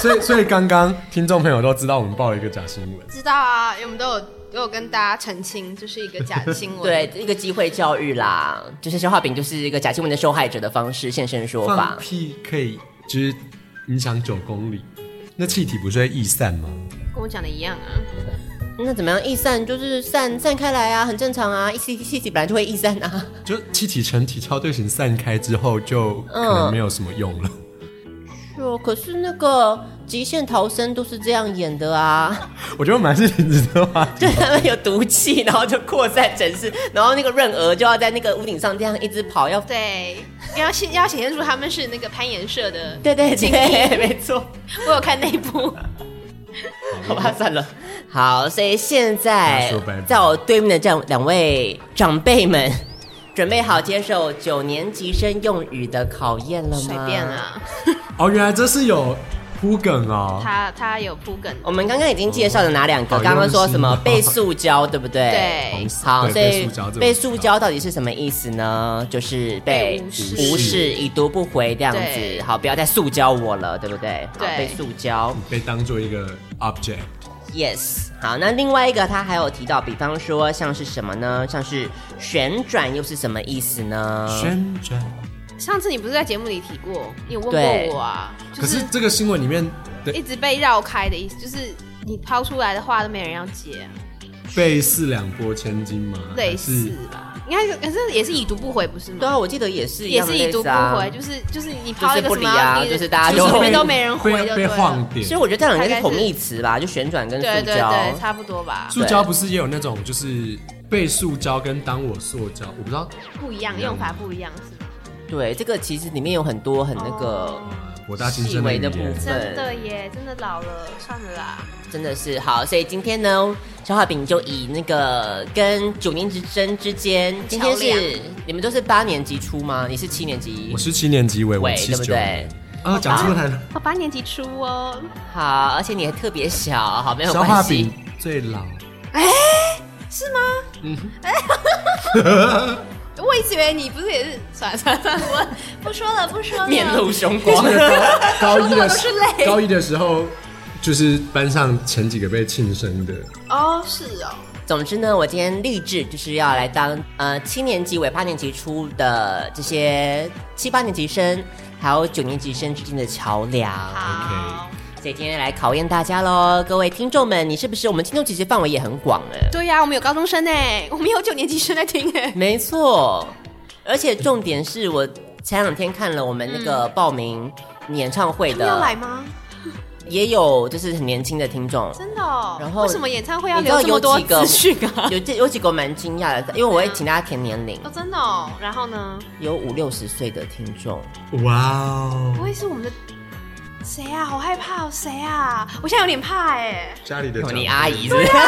H: 所以所以刚刚听众朋友都知道我们报了一个假新闻。
D: 知道啊，因为我们都有都有跟大家澄清，这是一个假新 闻。
C: 对，，一个机会教育啦，就是消化饼就是一个假新闻的受害者的方式现身说
H: 放
C: 法。
H: 屁可以就是影响九公里，那气体不是会易散吗？
D: 跟我讲的一样啊。
C: 那怎么样？易散就是散散开来啊，很正常啊。一气气体本来就会易散啊。
H: 就气体成体超队形散开之后，就可能没有什么用了。
D: 嗯
C: 是哦，可是那个《极限逃生》都是这样演的啊，
H: 我觉得我们还是停止的话题
C: 就。是他们有毒气，然后就扩散城市，然后那个润娥就要在那个屋顶上这样一直跑，要
D: 对，要显要显现出他们是那个攀岩社的。
C: 对对 对，没错。
D: 我有看那一 部，
C: 好吧，算了。好，所以现在
H: 大家说拜拜
C: 在我对面的这两两位长辈们，准备好接受九年级生用语的考验了吗？
D: 随便。啊，
H: 哦，原来这是有铺梗哦。
D: 他他有铺梗。
C: 我们刚刚已经介绍了哪两个？
H: 好
C: 刚刚说什么
H: 用心哦
C: 被塑胶，对不对？
D: 对，
C: 好，
H: 对
C: 所以
H: 被塑胶这个
C: 被塑胶到底是什么意思呢？就是被
D: 被无视
C: 无视、已读不回这样
D: 对
C: 子。好，不要再塑胶我了，对不对？好
D: 对
C: 被塑胶。
H: 被当做一个 object，
C: Yes，好，那另外一个他还有提到，比方说像是什么呢？像是旋转又是什么意思呢？
D: 嗯
H: 旋转。
D: 上次你不是在节目里提过，你有问
C: 对
D: 过我啊？就
H: 可
D: 是
H: 是这个新闻里面的
D: 一直被绕开的意思，就是你抛出来的话都没人要接啊、
H: 被四两拨千斤吗？
D: 类
H: 还
D: 似
H: 是
D: 吧？应该是可是也是已读不回，不是吗？
C: 对啊，我记得也是一
D: 也
C: 样
D: 是
C: 的
D: 已
C: 意
D: 读
C: 思
D: 不
C: 啊
D: 回，就是就是你
C: 就
D: 抛
C: 是
D: 一个
C: 不
D: 什
C: 理
D: 么，
C: 啊，
D: 你
C: 就是大家
D: 就是
C: 都
D: 后
C: 会
D: 面。都没人回就
H: 被
D: 对
H: 被
D: 了
H: 晃点。
C: 其实我觉得这两个应该是
D: 大概
C: 同
D: 是
C: 义词吧，就旋转跟
D: 对
C: 塑
D: 对
C: 胶。
D: 对，差不多
C: 啊
D: 吧，
H: 塑胶不是也有那种就是被塑胶跟当我塑胶，我不知道
D: 不一样，用法不一样是吗？
C: 对这个其实里面有很多很那个
H: 我大青
C: 细
H: 真的
C: 微
H: 语
C: 的部
H: 言。
D: 真
C: 分，
D: 的耶，真的老了，算了啦。
C: 真的是好。所以今天呢，消化饼就以那个跟九年级生之间，今天
D: 桥
C: 是你们都是八年级出吗？你是七年级？
H: 我十七年级尾，我
C: 尾
H: 七
C: 对
H: 十
C: 不
H: 九
C: 对
H: 年。？啊，讲出来了，
D: 我八年级出哦，
C: 好，而且你还特别小，好没有
H: 消化
C: 关
H: 饼
C: 系。
H: 最 老。
D: 我一直以为你不是也是，算了算了算了，我不说了不说了。
C: 面露凶光，
H: 高一的时
D: 说到我都是泪
H: 高一的时候，就是班上前几个被庆生的，
D: 哦，是哦，
C: 总之呢，我今天立志就是要来当呃七年级尾八年级初的这些七八年级生，还有九年级生之间的桥梁。
D: 好。
C: 所以今天来考验大家喽，各位听众们，你是不是我们听众其实范围也很广哎？
D: 对呀、我们有高中生哎，我们有九年级生 在听哎。
C: 没错，而且重点是我前两天看了我们那个报名演唱会
D: 他们嗯要来
C: 的，
D: 吗？
C: 也有就是很年轻的听众，
D: 真的、哦？
C: 然后
D: 为什么演唱会要
C: 你知道
D: 留这么多
C: 有几个
D: 资讯啊？
C: 有这有几个我蛮惊讶的，因为我会请大家填年龄
D: 哦，，真的哦。然后呢？
C: 有五六十岁的听众。
H: 哇哦
D: 不！会是我们的谁啊？好害怕哦，谁啊？我现在有点怕哎，
H: 家里的
C: 哦
H: 长辈
C: 你阿姨是不是？
D: 啊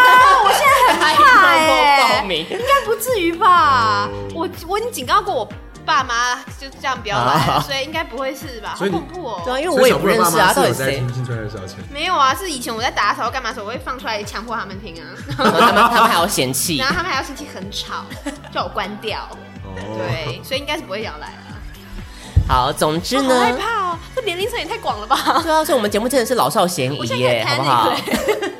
C: 阿姨帮我报名。
D: 应该不至于吧？我我已经警告过我爸妈，就这样不要来了，
C: 啊
D: 所以应该不会是吧？好
H: 所以你
D: 恐怖
C: 对啊，
D: 哦。
C: 因为
H: 所
C: 我也
H: 以小
C: 不
H: 布的
C: 认
H: 爸
C: 识啊，
H: 妈是
C: 到
H: 有
C: 底
H: 在
C: 谁
H: 听？青春爱小钱，
D: 没有啊，是以前我在打扫干嘛的时候，我会放出来强迫他们听啊，
C: 然后他们他们还要嫌 弃
D: 然。后他们还要生气很吵，叫我关掉。
H: 哦，
D: 对，所以应该是不会想来了。
C: 好，总之
D: 好害
C: 呢，
D: 怕哦，这年龄层也太广了吧？
C: 对啊，所以我们节目真的是老少咸
D: 我
C: 宜
D: 现在
C: 耶，
D: 开
C: 好
D: 始
C: 不
D: panic
C: 好
D: 了？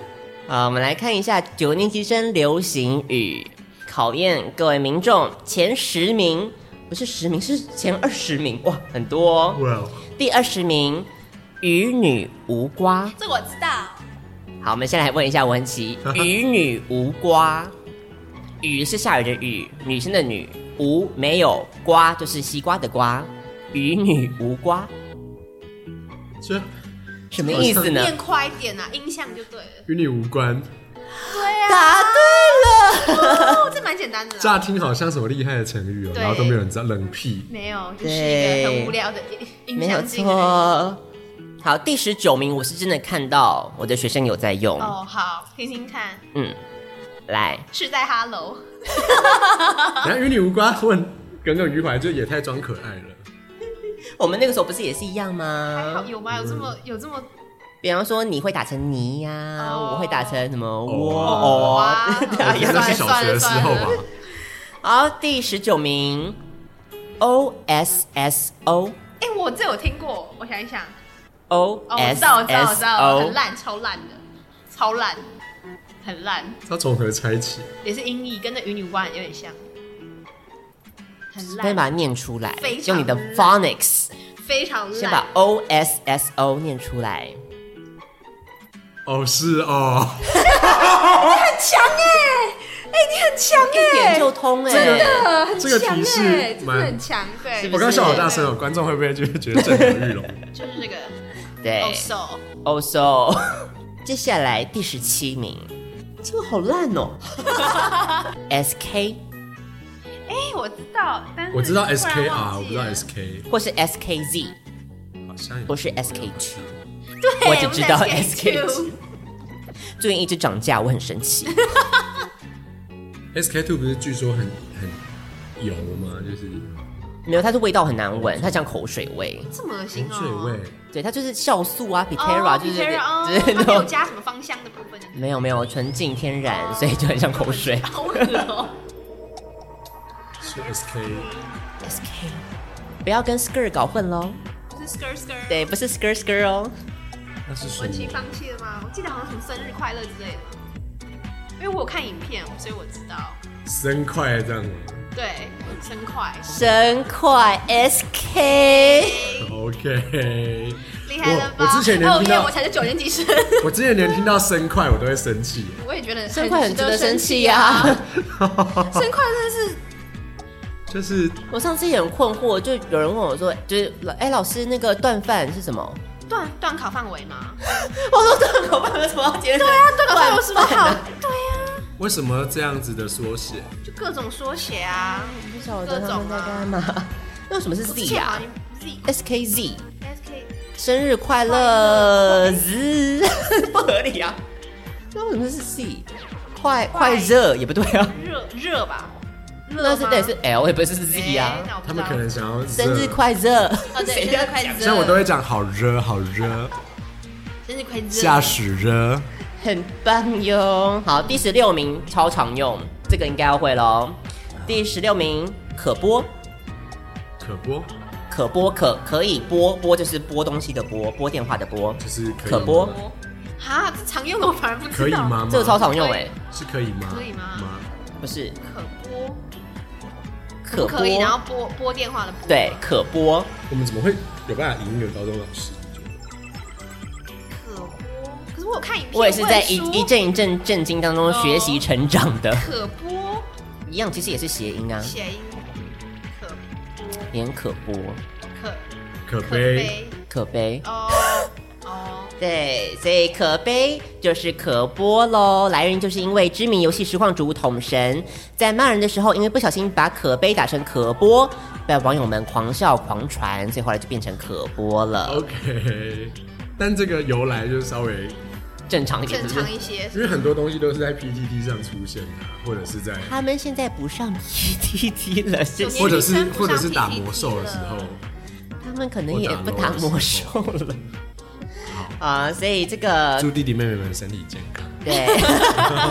C: 啊，我们来看一下九年级生流行语，考验各位民众前十名，不是十名，是前二十名，哇，很多、哦。
H: 哇哦，
C: 第二十名，与女无瓜。
D: 这我知道，
C: 好，我们先来问一下文琪，与女无瓜，雨是下雨的雨，女生的女，无没有瓜就是西瓜的瓜，与女无瓜
H: 这
C: 什么意思呢？
D: 念快一点啊，音像就对 了。
H: 与你无关。
C: 啊答对了，
D: 哦，这蛮简单的啦。
H: 乍听好像什么厉害的成语哦，
D: 对
H: 然后都没有人知道，冷屁。
D: 没有，就是一个很无聊的音
C: 没有
D: 像镜而
C: 错。好，第十九名，我是真的看到我的学生有在用
D: 已。，哦，好，听听看，
C: 嗯，来，
D: 是在哈喽。
H: 然 后与你无关，问耿耿于怀，就也太装可爱 了。
C: 我们那个时候不是也是一样
D: 还好
C: 吗？
D: 有吗？有这么有这么
C: 比方说你会打成泥呀、
D: 哦
C: 我会打成什么
H: 哦
C: 我
H: 啊
C: 哦
D: 哇
C: 啊，对啊
D: 好
H: 我觉得那是小学的时候
D: 算
H: 吧
D: 了算了。
C: 好，第十九名，O S S O
D: 哎，我这有听过，我想一想，
C: O
D: 哦，我知
C: S
D: 道，我知道，我知
C: S
D: 道，很
C: O，
D: 烂，超烂的，超烂，很烂，
H: 他从何猜起？
D: 也是音译，跟那《与女无关》有点像，很
C: 先把
D: 烂，
C: 它念出来
D: 非，常
C: 用你的
D: 烂
C: phonics
D: 非常
C: 先把
D: 烂。
C: O S S O 念出来。
H: 哦，是哦，
D: 强哎、哎、你很强
C: 一
D: 哎、
C: 点就通哎、
D: 呃很
H: 这个
D: 强
H: 提示
D: 哎真的
H: 蛮
D: 很欸强，对，
C: 是
H: 我
C: 不
H: 刚刚笑好大声哦，观众会不会就是觉得震耳 欲聋？
D: 就是这个哦
C: 对
D: o s o
C: ，also，接 下来第十七名，这个好烂哦 ，S K
D: 哎，我知道，但是
H: 我知道
D: 突然
H: SKR，
D: 忘
H: 我不
D: 记
H: 知道
D: 了
H: SK，
C: 或是 S K Z，
H: 好像有
C: 不是 S K T。
D: 对
C: 我只知道
D: 我们是
C: SK 最近一直涨价，我很生气。
H: SK two 不是据说很很油吗？就是
C: 没有，它是味道很难闻，它像口水味。
D: 这么恶心
H: 甜
D: 哦，
H: 水味。
C: 对，它就是酵素啊
D: 哦
C: ，Pitera 就是
D: Pitera，哦
C: 就是
D: 它
C: 那
D: 没有
C: 种
D: 加什么芳香的部分，
C: 没有没有纯净天然，所以就很像口水。
D: 好恶 哦，
H: 是 SK，
C: SK，不要跟 Skr 搞混喽。
D: 就是 skr skr，，
C: 对，不是 Skr Skr 哦。
H: 那是什
D: 文琪
H: 么？
D: 放弃了吗？我记得好像什么生日快乐之类的嘛，因为我有看影片，所以我知道，
H: 生快这样吗
D: 对，生快，
C: 神快 SK，
H: ？OK，
D: 厉害了吧？
H: 我我之前连
D: 哦
H: 听
D: 耶，
H: 到
D: 我才是九 年级生，
H: 我之前连听到生快我都会生气 耶。
D: 我也觉得
C: 神快很值得生气呀、
D: 啊。
C: 啊。
D: 生快真的是
H: 就是
C: 我上次也很困惑，就有人问我说，就是哎、老师那个断饭是什么？
D: 断断考范围吗？
C: 我说断口饭有什么要接？对啊，
D: 断考范围有什么好？对呀、
H: 为什么这样子的缩写？
D: 就各种缩写啊，
C: 不晓得他们在干嘛。那为什么是
D: 不是
C: Z 啊
D: 嘛你不是
C: ？SKZ
D: SK
C: 生日快乐，日 不合理啊！那为什么是 C？快快热也不对啊，
D: 热热吧？热
C: 那是
D: 吗
C: 得是 L，也不是是
D: 哎
C: Z 啊。
D: 那我不
H: 他
D: 知
H: 们
D: 道
H: 可能想要生
C: 生日快乐，
D: 哦，对，
C: 谁
D: 生
C: 要
D: 日快乐，
H: 像我都会讲好热好热，
D: 生日快乐，
H: 驾驶热，
C: 很棒哟。好，第十六名超常用，这个应该要会喽。第十六名可播，
H: 可播
C: 可播可可以播，播就是拨东西的拨，拨电话的拨，
H: 就是可以
C: 可播
H: 吗
D: 哈，这常用的我反而不
H: 可
D: 知
H: 以
D: 道。
H: 吗？
C: 这个超常用哎、
H: 是可以吗？
D: 可以吗
H: 吗？
C: 不是
D: 可播
C: 可
D: 不
C: 播，
D: 可以，然后拨拨电话的拨。
C: 对可播，
H: 我们怎么会有办法赢得高中老师？
D: 可播。可是我有看影片，
C: 我也是在一
D: 我也
C: 一
D: 输
C: 阵一阵震惊当中学习成长的，
D: 可播
C: 一样其实也是谐音啊，
D: 谐音，可
C: 连可播
D: 可
H: 可
D: 可
H: 悲，
D: 悲
C: 可悲。
D: 哦哦，
C: 对，所以可悲就是可播喽。来源就是因为知名游戏实况主统神在骂人的时候，因为不小心把可悲打成可播，被网友们狂笑狂传，所以后来就变成可播了。
H: OK，但这个由来就稍微，
C: 正常一点，
D: 正
C: 是不是
D: 常一些。
H: 因为很多东西都是在 PTT 上出现的，啊或者是在，
C: 他们现在不上 PTT 了，谢谢
H: 或者
D: 年
H: 是
D: 轻生
H: 或者是
D: 不上
H: 打
D: PTT
H: 魔兽的时候，
C: 他们可能也不打魔兽了。啊，所以这个
H: 祝弟弟妹妹们身体健康。
C: 对，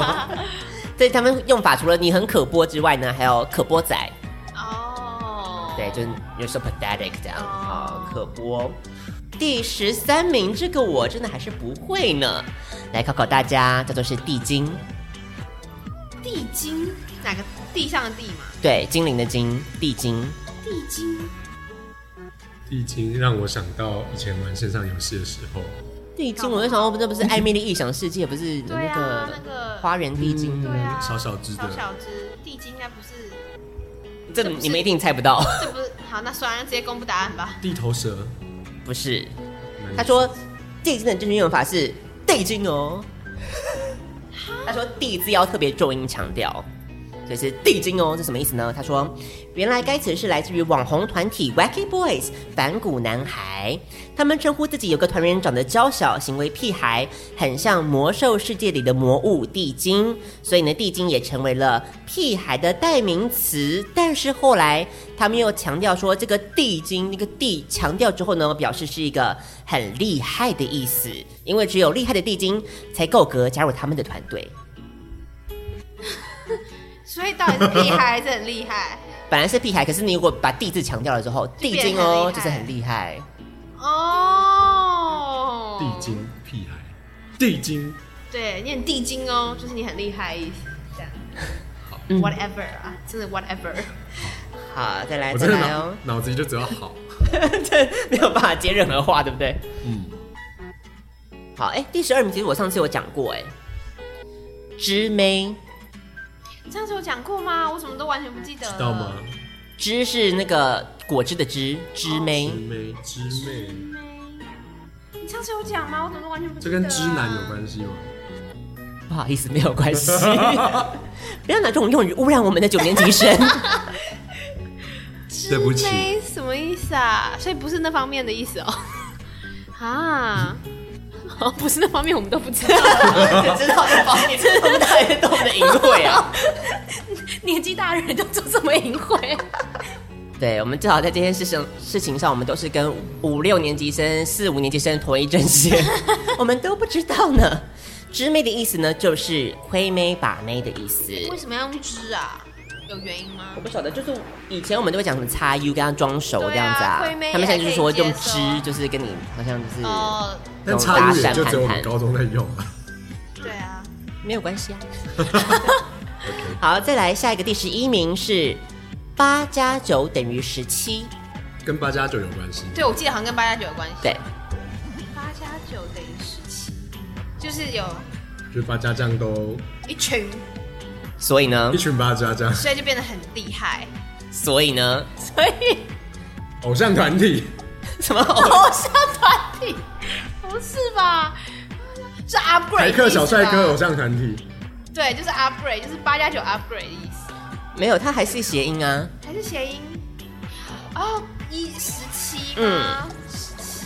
C: 所以他们用法除了你很可播之外呢，还有可播仔，
D: 哦，
C: 对，就是 you're so pathetic 这样
D: 哦
C: 啊、可播。第十三名，这个我真的还是不会呢，来考考大家，叫做是地精，
D: 地精哪个地上的地嘛？
C: 对，精灵的精，地精。
D: 地精
H: 地精让我想到以前玩线上游戏的时候，
C: 地精，我就想说，这不 是艾米丽异想世界，不是有
D: 对
C: 那
D: 啊
C: 个，
D: 那个
C: 花嗯园地精？
D: 对啊，
H: 小小只的
D: 小小只地精应该不是，
C: 这
D: 这不是
C: 你们一定猜不到，
D: 这不是好，那算了，直接公布答案吧。
H: 地头蛇，
C: 不是。他说地精的正确用法是地精哦。他说地字要特别重音强调，所以是地精哦。这什么意思呢？他说，原来该词是来自于网红团体 Wacky Boys 反骨男孩，他们称呼自己有个团员长得娇小，行为屁孩，很像魔兽世界里的魔物地精，所以呢，地精也成为了屁孩的代名词。但是后来他们又强调说，这个地精那个地强调之后呢，表示是一个很厉害的意思，因为只有厉害的地精才够格加入他们的团队。
D: 所以到底是屁孩还是很厉害？
C: 本来是屁孩，可是你如果把地字强调了之后，地精哦，就是很厉害。
D: 哦，
H: 地，精屁孩，地精
D: 对，念地精哦，就是你很厉害的意思，这样。Whatever 啊，真的 Whatever，
C: 好，再来
H: 我
C: 再
H: 真的
C: 来哦
H: 脑，脑子里就只有 好，
C: 这没有办法接任何话，对不对？
H: 嗯，
C: 好，哎，第十二名其实我上次有讲过，哎，知妹，
D: 上次有讲过吗？我怎么都完全不记得了。
H: 知道吗？
C: 知是那个果汁的汁，知妹
H: 知。妹知妹，
D: 你上次有讲吗？我怎么都完全不记
H: 这
D: 得、
H: 跟知男有。关系吗？哦
C: 不好意思，没有关系， 不要拿这种用语污染我们的九年级生。
H: 对不起，
D: 妹什么意思啊？所以不是那方面的意思 哦。啊，哦，不是那方面，我们都不知 道。
C: 知道就好，你知道大家懂的隐晦啊。
D: 年纪大的人都做这么淫秽，
C: 对，我们至少在这件事情事情上，我们都是跟五六年级生、四五年级生同一阵 线，我们都不知道呢。知妹的意思呢，就是亏妹把妹的意思。
D: 为什么要用知啊？有原因吗
C: 我？不晓得，就是以前我们都会讲什么叉 U 跟他装熟这样子啊，
D: 对啊亏妹
C: 他们现在就是说
D: 也可
C: 用
D: 以接受
C: 知，就是跟你好像就是、
D: 哦，
H: 但差异也就只有我们高中在用啊。
D: 对啊，
C: 没有关系 啊。好，再来下一个第十一名是八加九等于十七，
H: 跟八加九有关系。
D: 对，我记得好像跟八加九有关系。
C: 对，
D: 八加九等于十七，就是有
H: 就是八家将都
D: 一群，
C: 所以呢
H: 一，群八 家将，
D: 所以就变得很厉 害。
C: 所以 呢，
D: 所以
H: 偶像团 体，
C: 什么偶
D: 偶像团体不是吧？是 upgrade
H: 台客小帅哥哦
D: 的
C: 啊
H: 偶
D: 意思吧，
H: 像团体，
D: 对，就是 upgrade，就是八加九 upgrade 的意思，
C: 没有，它还是谐音啊。
D: 还是嗯谐音？哦，一十七吗？十七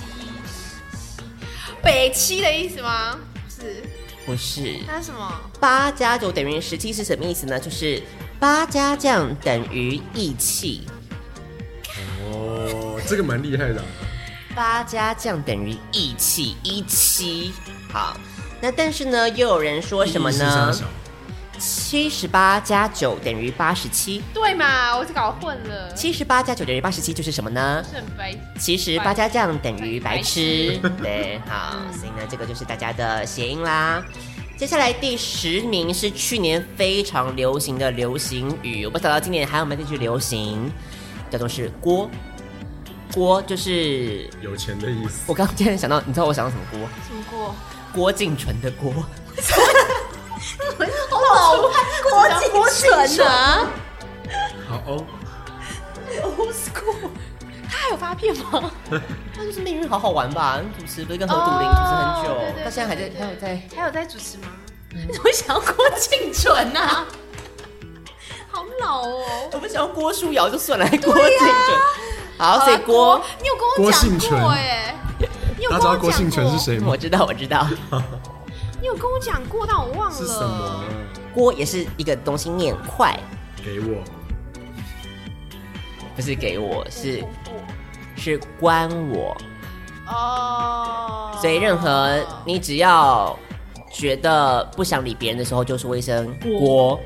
D: 北七的意思吗？不是，
C: 不是
D: 那是什么？
C: 八加九等于十七是什么意思呢？就是八加酱等于义气，
H: 哦，这个蛮厉害的啊、
C: 八加酱等于义气一七。好，那但是呢，又有人说什么
H: 意义是啥
C: 呢？
H: 小
C: 七十八加九等于八十七，
D: 对嘛，我是搞混了，
C: 七十八加九等于八十七就是什么呢？
D: 是很白。
C: 其实八家酱等于白痴， 对，好，所以呢，这个就是大家的谐音啦。接下来第十名是去年非常流行的流行语，我不晓得今年还有没有继续流行，叫做是“锅”。锅就是
H: 有钱的意思。
C: 我刚刚竟然想到，你知道我想到什么锅？
D: 什么锅？
C: 郭敬淳的锅。
D: 好老派，郭敬淳啊！
H: 好哦，
D: 他还有发片吗？
C: 那就是命运好好玩吧？主持不是跟何笃林
D: 哦
C: 主持很久，
D: 对对对
C: 到现在还在，还有在。
D: 还有在主持吗？你怎么想要郭敬淳啊？好老哦！
C: 我们想要郭书瑶就算了，还郭敬淳。好，啊所以
D: 好
C: 郭
D: 啦，你有跟我
H: 郭
D: 讲
H: 姓
D: 过
H: 淳
D: 哎、你有跟我
H: 大家知道
D: 讲
H: 郭姓淳是谁吗
C: 我？知道，我知道。
D: 你有跟我讲过，但我忘了。
H: 是什么？啊
C: 锅也是一个东西，念快，
H: 给我
C: 不是给我，是是关我。
D: 哦，
C: 所以任何你只要觉得不想理别人的时候，就说一声“锅”，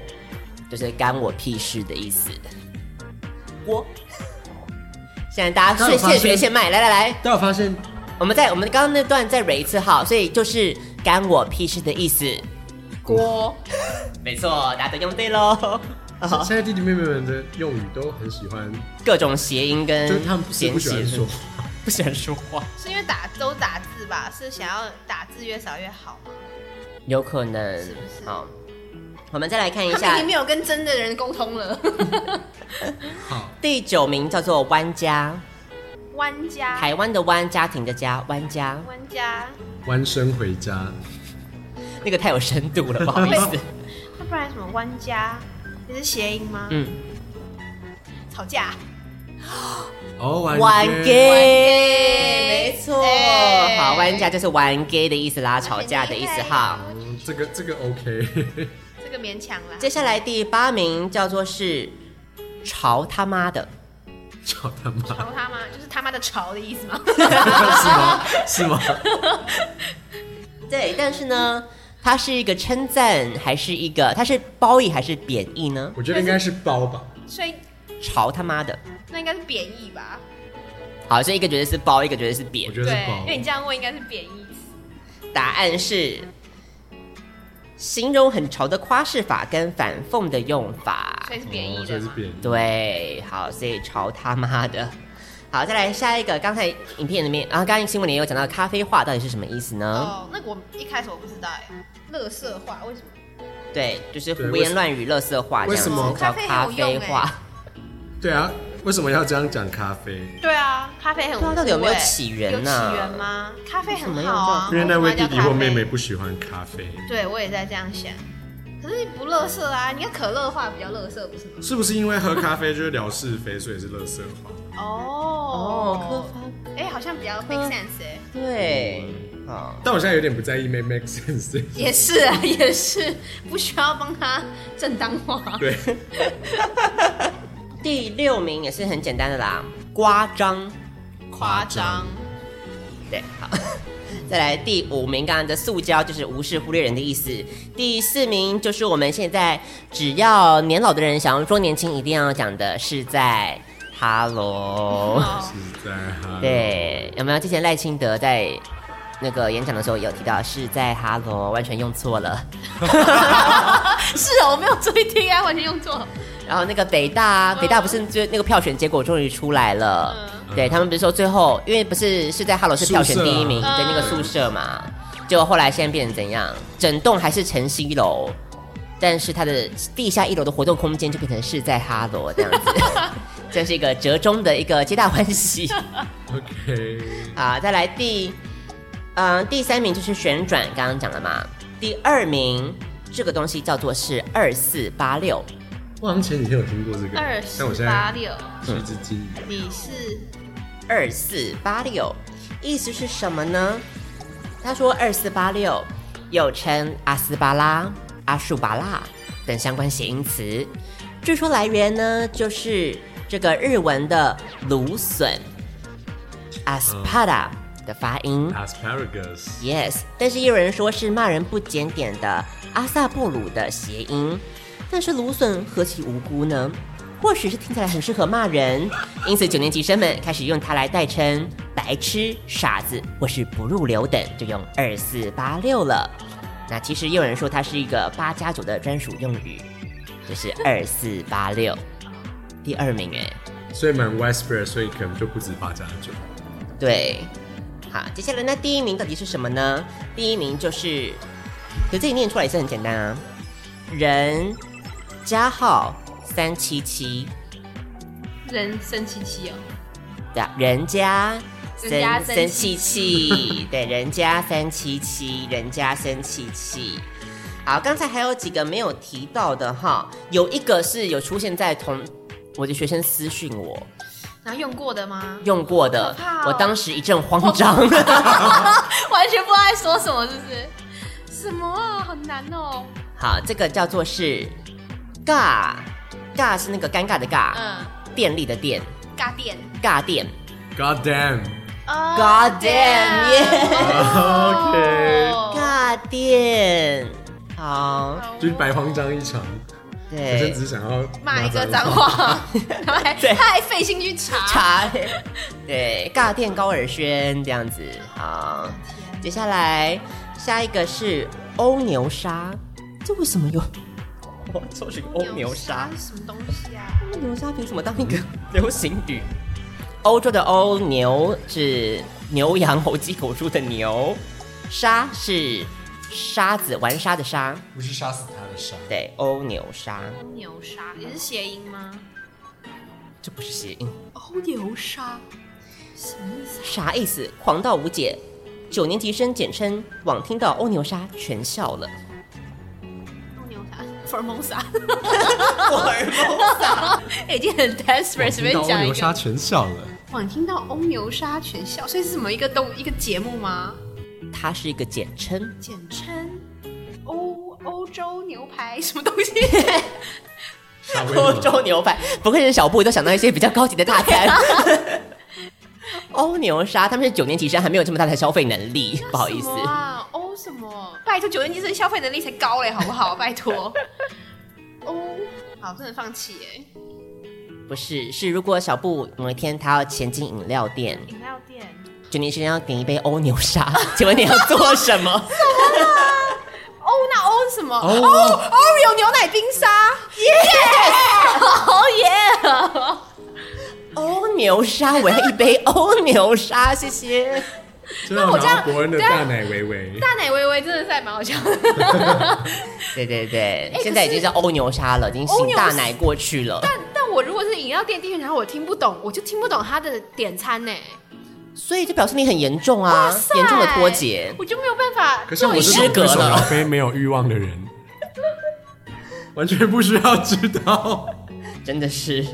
C: 就是干我屁事的意思。锅。现在大家
H: 刚有
C: 现
H: 发现
C: 现学现卖，来来来，
H: 但我发现
C: 我们再我们刚刚那段再蕊一次哈，所以就是干我屁事的意思。
D: 锅
C: 没错，答对用对喽。
H: 现在弟弟妹妹们的用语都很喜欢，
C: 各种谐音跟
H: 就是他们不是不喜欢
C: 嗯简写
H: 说，
C: 不喜欢说话，
D: 是因为打都打字吧？是想要打字越少越好吗？
C: 有可能。好，我们再来看一
D: 他明
C: 下
D: 明没有跟真的人沟通 了。
C: 第九名，叫做湾家，
D: 弯家，
C: 台湾的湾，家庭的家，湾家，
D: 弯家，
H: 弯身回家，
C: 那个太有深度了，不好意 思。
D: 那不然什么弯家？也是谐音吗？
C: 嗯，
D: 吵架。
H: 哦，玩
C: 玩 gay，
D: 没
C: 没
D: 错
C: 错，好，湾家就是玩 gay 的意思啦，吵架的意思哈。
H: 嗯这个这个 OK，
D: 这个勉强啦。
C: 接下来第八名叫做是潮他妈的，
H: 操他妈
D: 吵他吗？就是他妈的吵的 意思吗？
H: 是吗？
C: 对，但是呢，它是一个称赞还是一个，它是褒义还是贬义呢？
H: 我觉得应该是包吧，
D: 所以
C: 潮他妈的，
D: 那应该是贬义吧？
C: 好，所以一个觉得是褒，一个觉得是
H: 我
C: 贬。
H: 觉得是
D: 对，因为你
H: 包。
D: 这样问应该是贬义词。
C: 答案是形容很潮的夸饰法跟反讽的用法
D: 所。以是贬义
H: 哦所
D: 的
H: 以是
D: 嘛。
H: 贬义。
C: 对，好，所以潮他妈的。好，再来下一个。刚才影片里面，啊，刚才新闻里也有讲到咖啡话到底是什么意思呢？
D: 哦，那个我一开始我不知道哎，乐色话为什么？
C: 对，就是
H: 对
C: 胡
H: 为
C: 言
H: 什
C: 乱语、垃圾话这
H: 为
C: 样
H: 什
C: 子
H: 么
C: 叫
D: 咖啡
C: 咖
D: 很有
C: 啡
D: 用
C: 话。
H: 对啊，为什么要这样讲咖啡？
D: 对啊，咖啡很无
C: 对啊
D: 味
C: 到底有没有起源啊
D: 有起源吗？咖啡
C: 为什么
D: 很
C: 要
D: 好啊，
H: 因为那
D: 为
H: 位
D: 什
H: 弟
D: 么要叫
H: 弟或
D: 咖啡
H: 妹妹，不喜欢咖啡，
D: 对我也在这样想。可是你不乐色啊，你看可乐话比较乐色，不是吗？
H: 是不是因为喝咖啡就是聊是非，所以是乐色话？
D: 哦，哎，好像比较
C: 嗯
D: make sense 哎，
C: 对，好，
H: 但我现在有点不在意 make make sense。
D: 也是啊，也是不需要帮他正当化。
H: 对，
C: 第六名也是很简单的啦，夸张。
D: 夸张，
C: 对，好。再来第五名，刚刚的塑胶就是无视、忽略人的意思。第四名就是我们现在只要年老的人想要装年轻，一定要讲的是在 “hello”。
D: 哦
H: 是在哈。
C: 对，有没有？之前赖清德在那个演讲的时候有提到是在 “hello”，完全用错了。
D: 是哦，我没有注意听啊，完全用错。
C: 然后那个北大啊，北大不是最那个票选结果终于出来了，对他们不是说最后，因为不是是在哈罗是票选第一名
H: 宿
C: 的
H: 舍
D: 啊
C: 那个宿舍嘛，结果后来现在变成怎样？整栋还是晨曦楼，但是它的地下一楼的活动空间就变成是在哈罗这样子， 这是一个折中的一个皆大欢喜
H: OK，
C: 啊！再来第，嗯、第三名就是旋转，刚刚讲了嘛，第二名这个东西叫做是二四八六。
H: 我好像前几天有听过这个，
D: 二
H: 但我
D: 十
H: 现
D: 八
H: 在
D: 六，
H: 是一只金鱼。
D: 你是
C: 二四八六，意思是什么呢？他说二四八六又称阿斯巴拉、阿树巴拉等相关谐音词，据说来源呢就是这个日文的芦笋 （aspada） 的发音。
H: Asparagus，
C: Yes，但是也有人说是骂人不检点的阿萨布鲁的谐音。但是芦笋何其无辜呢？或许是听起来很适合骂人，因此九年级生们开始用它来代称白痴、傻子或是不入流等，就用二四八六了。那其实也有人说它是一个八加九的专属用语，就是二四八六，第二名哎。
H: 所以蛮 widespread，所以可能就不止八加九。
C: 对，好，接下来那第一名到底是什么呢？第一名就是，可这里念出来也是很简单啊，人加号三七七，
D: 人生气气哦，
C: 对啊，人家。
D: 人家
C: 三
D: 三
C: 七
D: 七
C: 七，对，人家三七七，人家三七七。好，刚才还有几个没有提到的哈，有一个是有出现在同我的学生私讯我
D: 然后用过的吗？
C: 用过的
D: 好可怕，哦
C: 我当时一阵慌张。
D: 完全不知道在说什么，是不是？什么啊，好难哦。
C: 好，这个叫做是尬，尬是那个尴尬的尬，
D: 嗯，
C: 电力的电，
D: 尬电。
C: 尬电。
H: God damn！
D: 哦
C: God damn，
D: 耶
H: OK
C: 尬电。好，
H: 就是白慌张一场，我真
C: 对
H: 只，是想要
D: 骂一个脏。 话，然后还
C: 对
D: 他还费心去查。
C: 查，对，尬电高尔宣这样子。好，接下来下一个是欧牛沙，这为什么有？ 我就是个欧牛沙。
D: 是什么东西啊？
C: 那牛沙凭什么当一个流行语？欧洲的欧牛指牛羊猴鸡狗猪的牛，沙是沙子玩沙的沙，
H: 不是杀死他的杀，
C: 对，欧牛沙，
D: 欧牛沙也是谐音吗？
C: 这不是谐音，
D: 欧牛沙什么意思？
C: 啥意思？狂到无解。九年级生简称网听到欧牛沙全笑了，
D: 欧牛 沙，福尔摩沙，
C: 我耳聋撒。
D: 已经很 desperate，随便
H: 到
D: 讲
H: 欧
D: 一
H: 牛
D: 个哦
H: 沙。全 笑了。
D: 哇，你听到欧牛沙全校，所以是什么一个东一个节目吗？
C: 它是一个简称，
D: 简称欧欧洲牛排什么东西？
H: 夏威夷
C: 欧洲牛排，不愧是小布，都想到一些比较高级的大餐。 欧牛沙，他们是九年级生，还没有这么大的消费能力，不好意思
D: 什。么啊，欧什么？拜托，九年级生消费能力才高嘞，好不好？拜 托，欧，哦好，真的放弃耶。
C: 不是，是如果小布某一天他要前进饮料店，
D: 饮料店，
C: 就你先要点一杯欧牛沙， 请问你要做什 么？
D: 欧那欧什么？
C: 哦
D: 欧 Oreo 牛奶冰沙，耶！哦
C: 欧牛沙，我要一 杯欧牛沙，谢谢。
H: 就让
D: 我这样
H: 拿伯恩的大奶维维
D: 耶！，大奶微微真的是还蛮好笑的。
C: 对对对，
D: 可是
C: 现在已经叫欧牛沙了，已经
D: 欧
C: 醒
D: 牛
C: 大奶过去了。
D: 但但我如果是饮料店店员，然后我听不懂，我就听不懂他的点 餐呢。
C: 所以就表示你很严重啊
D: 哇塞，
C: 严重的脱节。
D: 我就没有办法。
H: 可是我
C: 失
H: 是
C: 格了
H: 老非没有欲望的人，完全不需要知道。
C: 真的是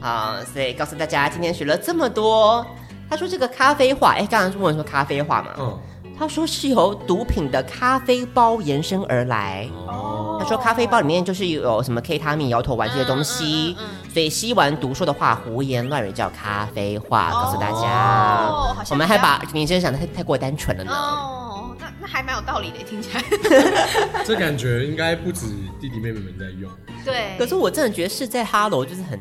C: 啊、所以告诉大家，今天学了这么多。他说这个咖啡化，哎，刚刚问说咖啡化嘛，
H: 嗯，
C: 他说是由毒品的咖啡包延伸而来。
H: 哦，
C: 他说咖啡包里面就是有什么 K 他命、摇头丸这些东西，
D: 嗯
C: 所以吸完毒说的话、胡言乱语叫咖啡话。告诉大家，
D: 哦好像
C: 我们还
D: 比较
C: 把你先想的太太过单纯了呢。
D: 哦，那那还蛮有道理的，听起 来。
H: 这感觉应该不止弟弟妹妹们在用，
D: 对，
C: 可是我真的觉得是在哈喽，就是很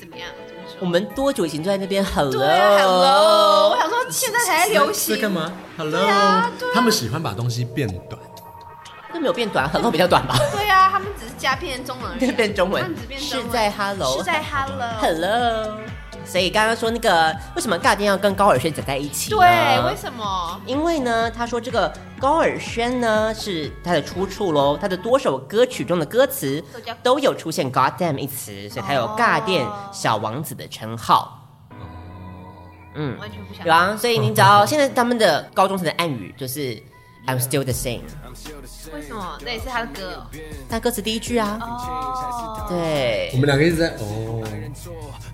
D: 怎么样？怎么说
C: 我们多久以前就在那边 hello
D: 对啊，Hello，我想 说现在才流行，
H: 在干嘛？Hello，、
D: 啊对啊
H: 他们喜欢把东西变短。
C: 都没有变 短，hello 比较短吧？
D: 对啊，他们只是加片中文而已啊，
C: 变中文
D: 他们只变中文
C: 是在 hello
D: 是在 hello。
C: Hello。所以刚刚说那个为什么尬电要跟高尔宣讲在一起呢？
D: 对，为什么？
C: 因为呢，他说这个高尔宣呢是他的出处喽，他的多首歌曲中的歌词
D: 都叫
C: 都有出现 “God damn” 一词，所以他有
D: 哦
C: 尬电小王子的称号。嗯，
D: 完全不想
C: 有。啊，所以你只要现在他们的高中生的暗语就是 “I'm still the same”，
D: 嗯为什么？那也是他的歌
C: 但歌词第一句啊，
D: 哦。哦，
C: 对
H: 我，们两个一直在哦，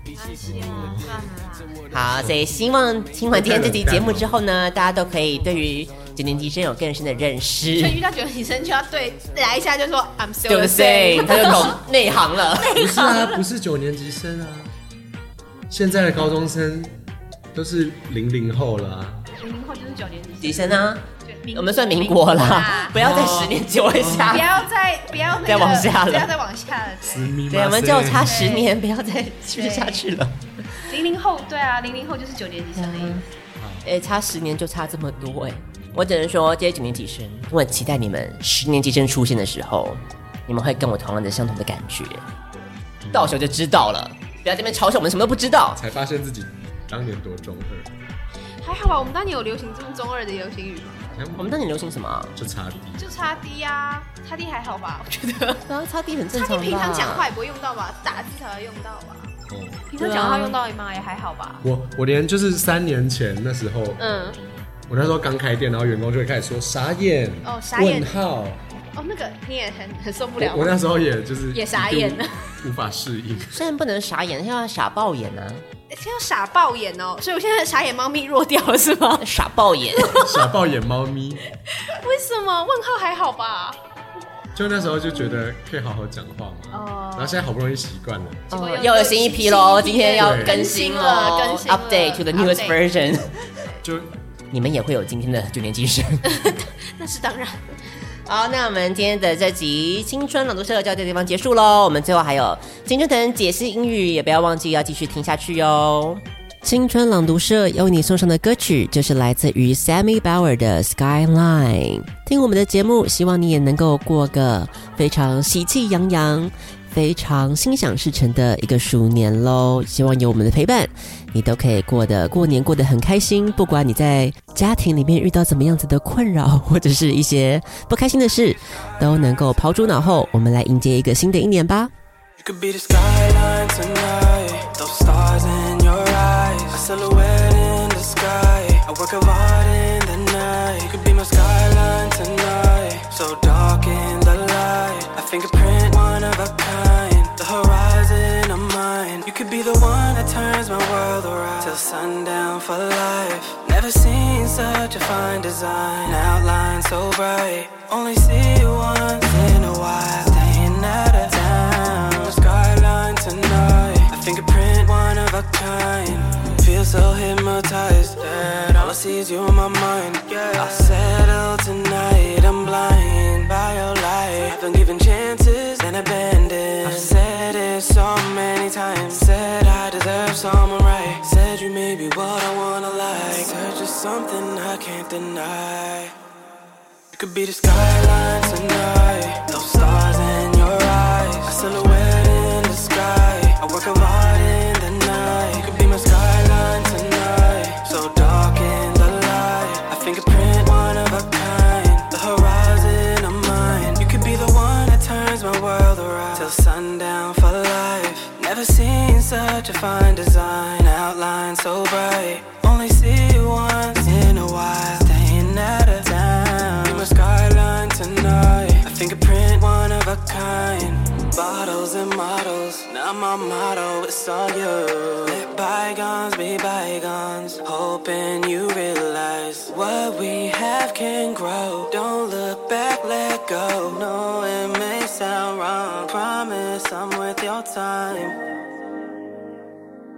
D: 没关系啊，算了啦。
C: 好，所以希望听完今天这期节目之后呢，大家都可以对于九年级生有更深的认识
D: 所。以遇到九年级生就要对来一下就说 I'm
C: 对不
D: still the
C: 对？
D: same，
C: 他就懂内行 了。
H: 不是啊，不是九年级生啊，现在的高中生都是零零后了、啊。
D: 零零后就是九年级生
C: 迪生啊，
D: 对民
C: 我们算民国啊哦啦，不
D: 不要
C: 要再十年级往下
D: 不。要再不要那个
C: 再往下了
D: 不要再往下了。对
C: 对，我们就差十年，不要再去下去了。
D: 零零后对啊，零零后就是九年级生的意思。
C: 哎、差十年就差这么多哎、我只能说，这些九年级生，我很期待你们十年级生出现的时候，你们会跟我同样的相同的感觉。到时候就知道了，不要在那边嘲笑我们什么都不知道。
H: 才发现自己当年多中二，
D: 还好吧，我们当年有流行这么中二的流行语吗？
C: 我们当年流行什么、啊？
H: 就差低。
D: 就差 D 啊，差 D 还好吧，我觉得。
C: 然后擦地很正
D: 差
C: 常吧。
D: D 平常讲话也不会用到吧，打字才会用到吧。
H: 哦，
D: 平常讲话用到吗？也还好吧。
H: 我我连就是三年前那时候，
D: 嗯，
H: 我那时候刚开店，然后员工就会开始说傻眼，
D: 哦傻眼
H: 问号。
D: 哦，那个你也很很受不了
H: 我我。那时候也就是
D: 也傻眼了，
H: 无法适应。
C: 虽然不能傻眼，现在要傻爆眼啊，
D: 现在傻爆眼哦，所以我现在傻眼猫咪弱掉了是吗？
C: 傻爆眼。
H: 傻爆眼猫咪，
D: 为什么？问号还好吧？
H: 就那时候就觉得可以好好讲话嘛。
D: 哦
H: 然后现在好不容易习惯了，
D: 结果
C: 哦
D: 又
C: 又有新一批喽，今天要
H: 对
C: 更新了，
D: 更新了
C: update to the newest
D: update
C: version。
H: 就
C: 你们也会有今天的九年 级生。
D: 那是当然。
C: 好，那我们今天的这集青春朗读社就到这个地方结束喽。我们最后还有青春藤解析英语，也不要忘记要继续听下去哟。
F: 青春朗读社要为你送上的歌曲，就是来自于 Sammy Bauer 的《Skyline》。听我们的节目，希望你也能够过个非常喜气洋洋、非常心想事成的一个鼠年喽。希望有我们的陪伴，你都可以过得过年过得很开心。不管你在家庭里面遇到怎么样子的困扰，或者是一些不开心的事，都能够抛诸脑后。我们来迎接一个新的一年吧。
I: You could be the skyline tonight. Those stars in your eyes. A silhouette in the sky. A work of art in the night. You could be my skyline tonight. So dark in the light. A fingerprint, one of a kind. The horizon of mine. You could be the one that turns my world around. Till sundown for life. Never seen such a fine design. Outline so bright. Only see you once in a while. Staying out of town. Skyline tonight. A fingerprint, one of a kind. Feel so hypnotized that all I see is you in my mind. Yeah, I'll settle tonight. I'm blind by your light. I've been given chances and abandoned. I've said it so many times. Said I deserve someone right. Said you may be what I wanna like. Search for something I can't deny. You could be the skyline tonight. Those stars in your eyes. A silhouette in the sky. A work of art in the night. You could be my skyline tonight. So dark in the light. A fingerprint, one of a kind. The horizon of mine. You could be the one that turns my world around. Till sundown for life. Never seen such a fine design. Outline so bright. Only see you once in a while. Staying out of town. Be my skyline tonight. A fingerprint, one of a kind. Bottles and models. Now my motto is all you. Let bygones be bygones. Hoping you realize what we have can grow. Don't look back, let go. No, it may sound wrong. Promise I'm worth your time.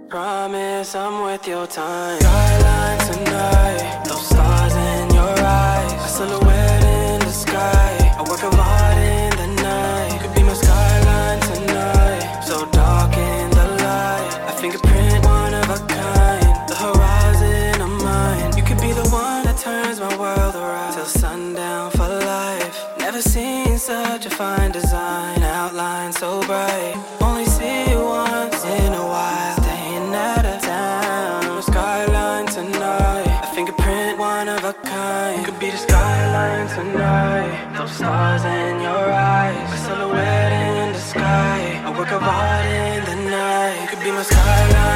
I: Promise I'm worth your time. Skyline tonight, those stars in your eyes. A silhouette in the sky, a work of art in the night. You could be my skyline tonight, so dark in the light. A fingerprint, one of a kind. The horizon of mine. You could be the one that turns my world around till sundown for life. Never seen such a fine design, outline so bright. Only see you once in a while. Staying out of town. Skyline tonight. A fingerprint, one of a kind. Could be the skyline tonight. Those stars in your eyes. A silhouette in the sky. A work of art in the night. Could be my skyline.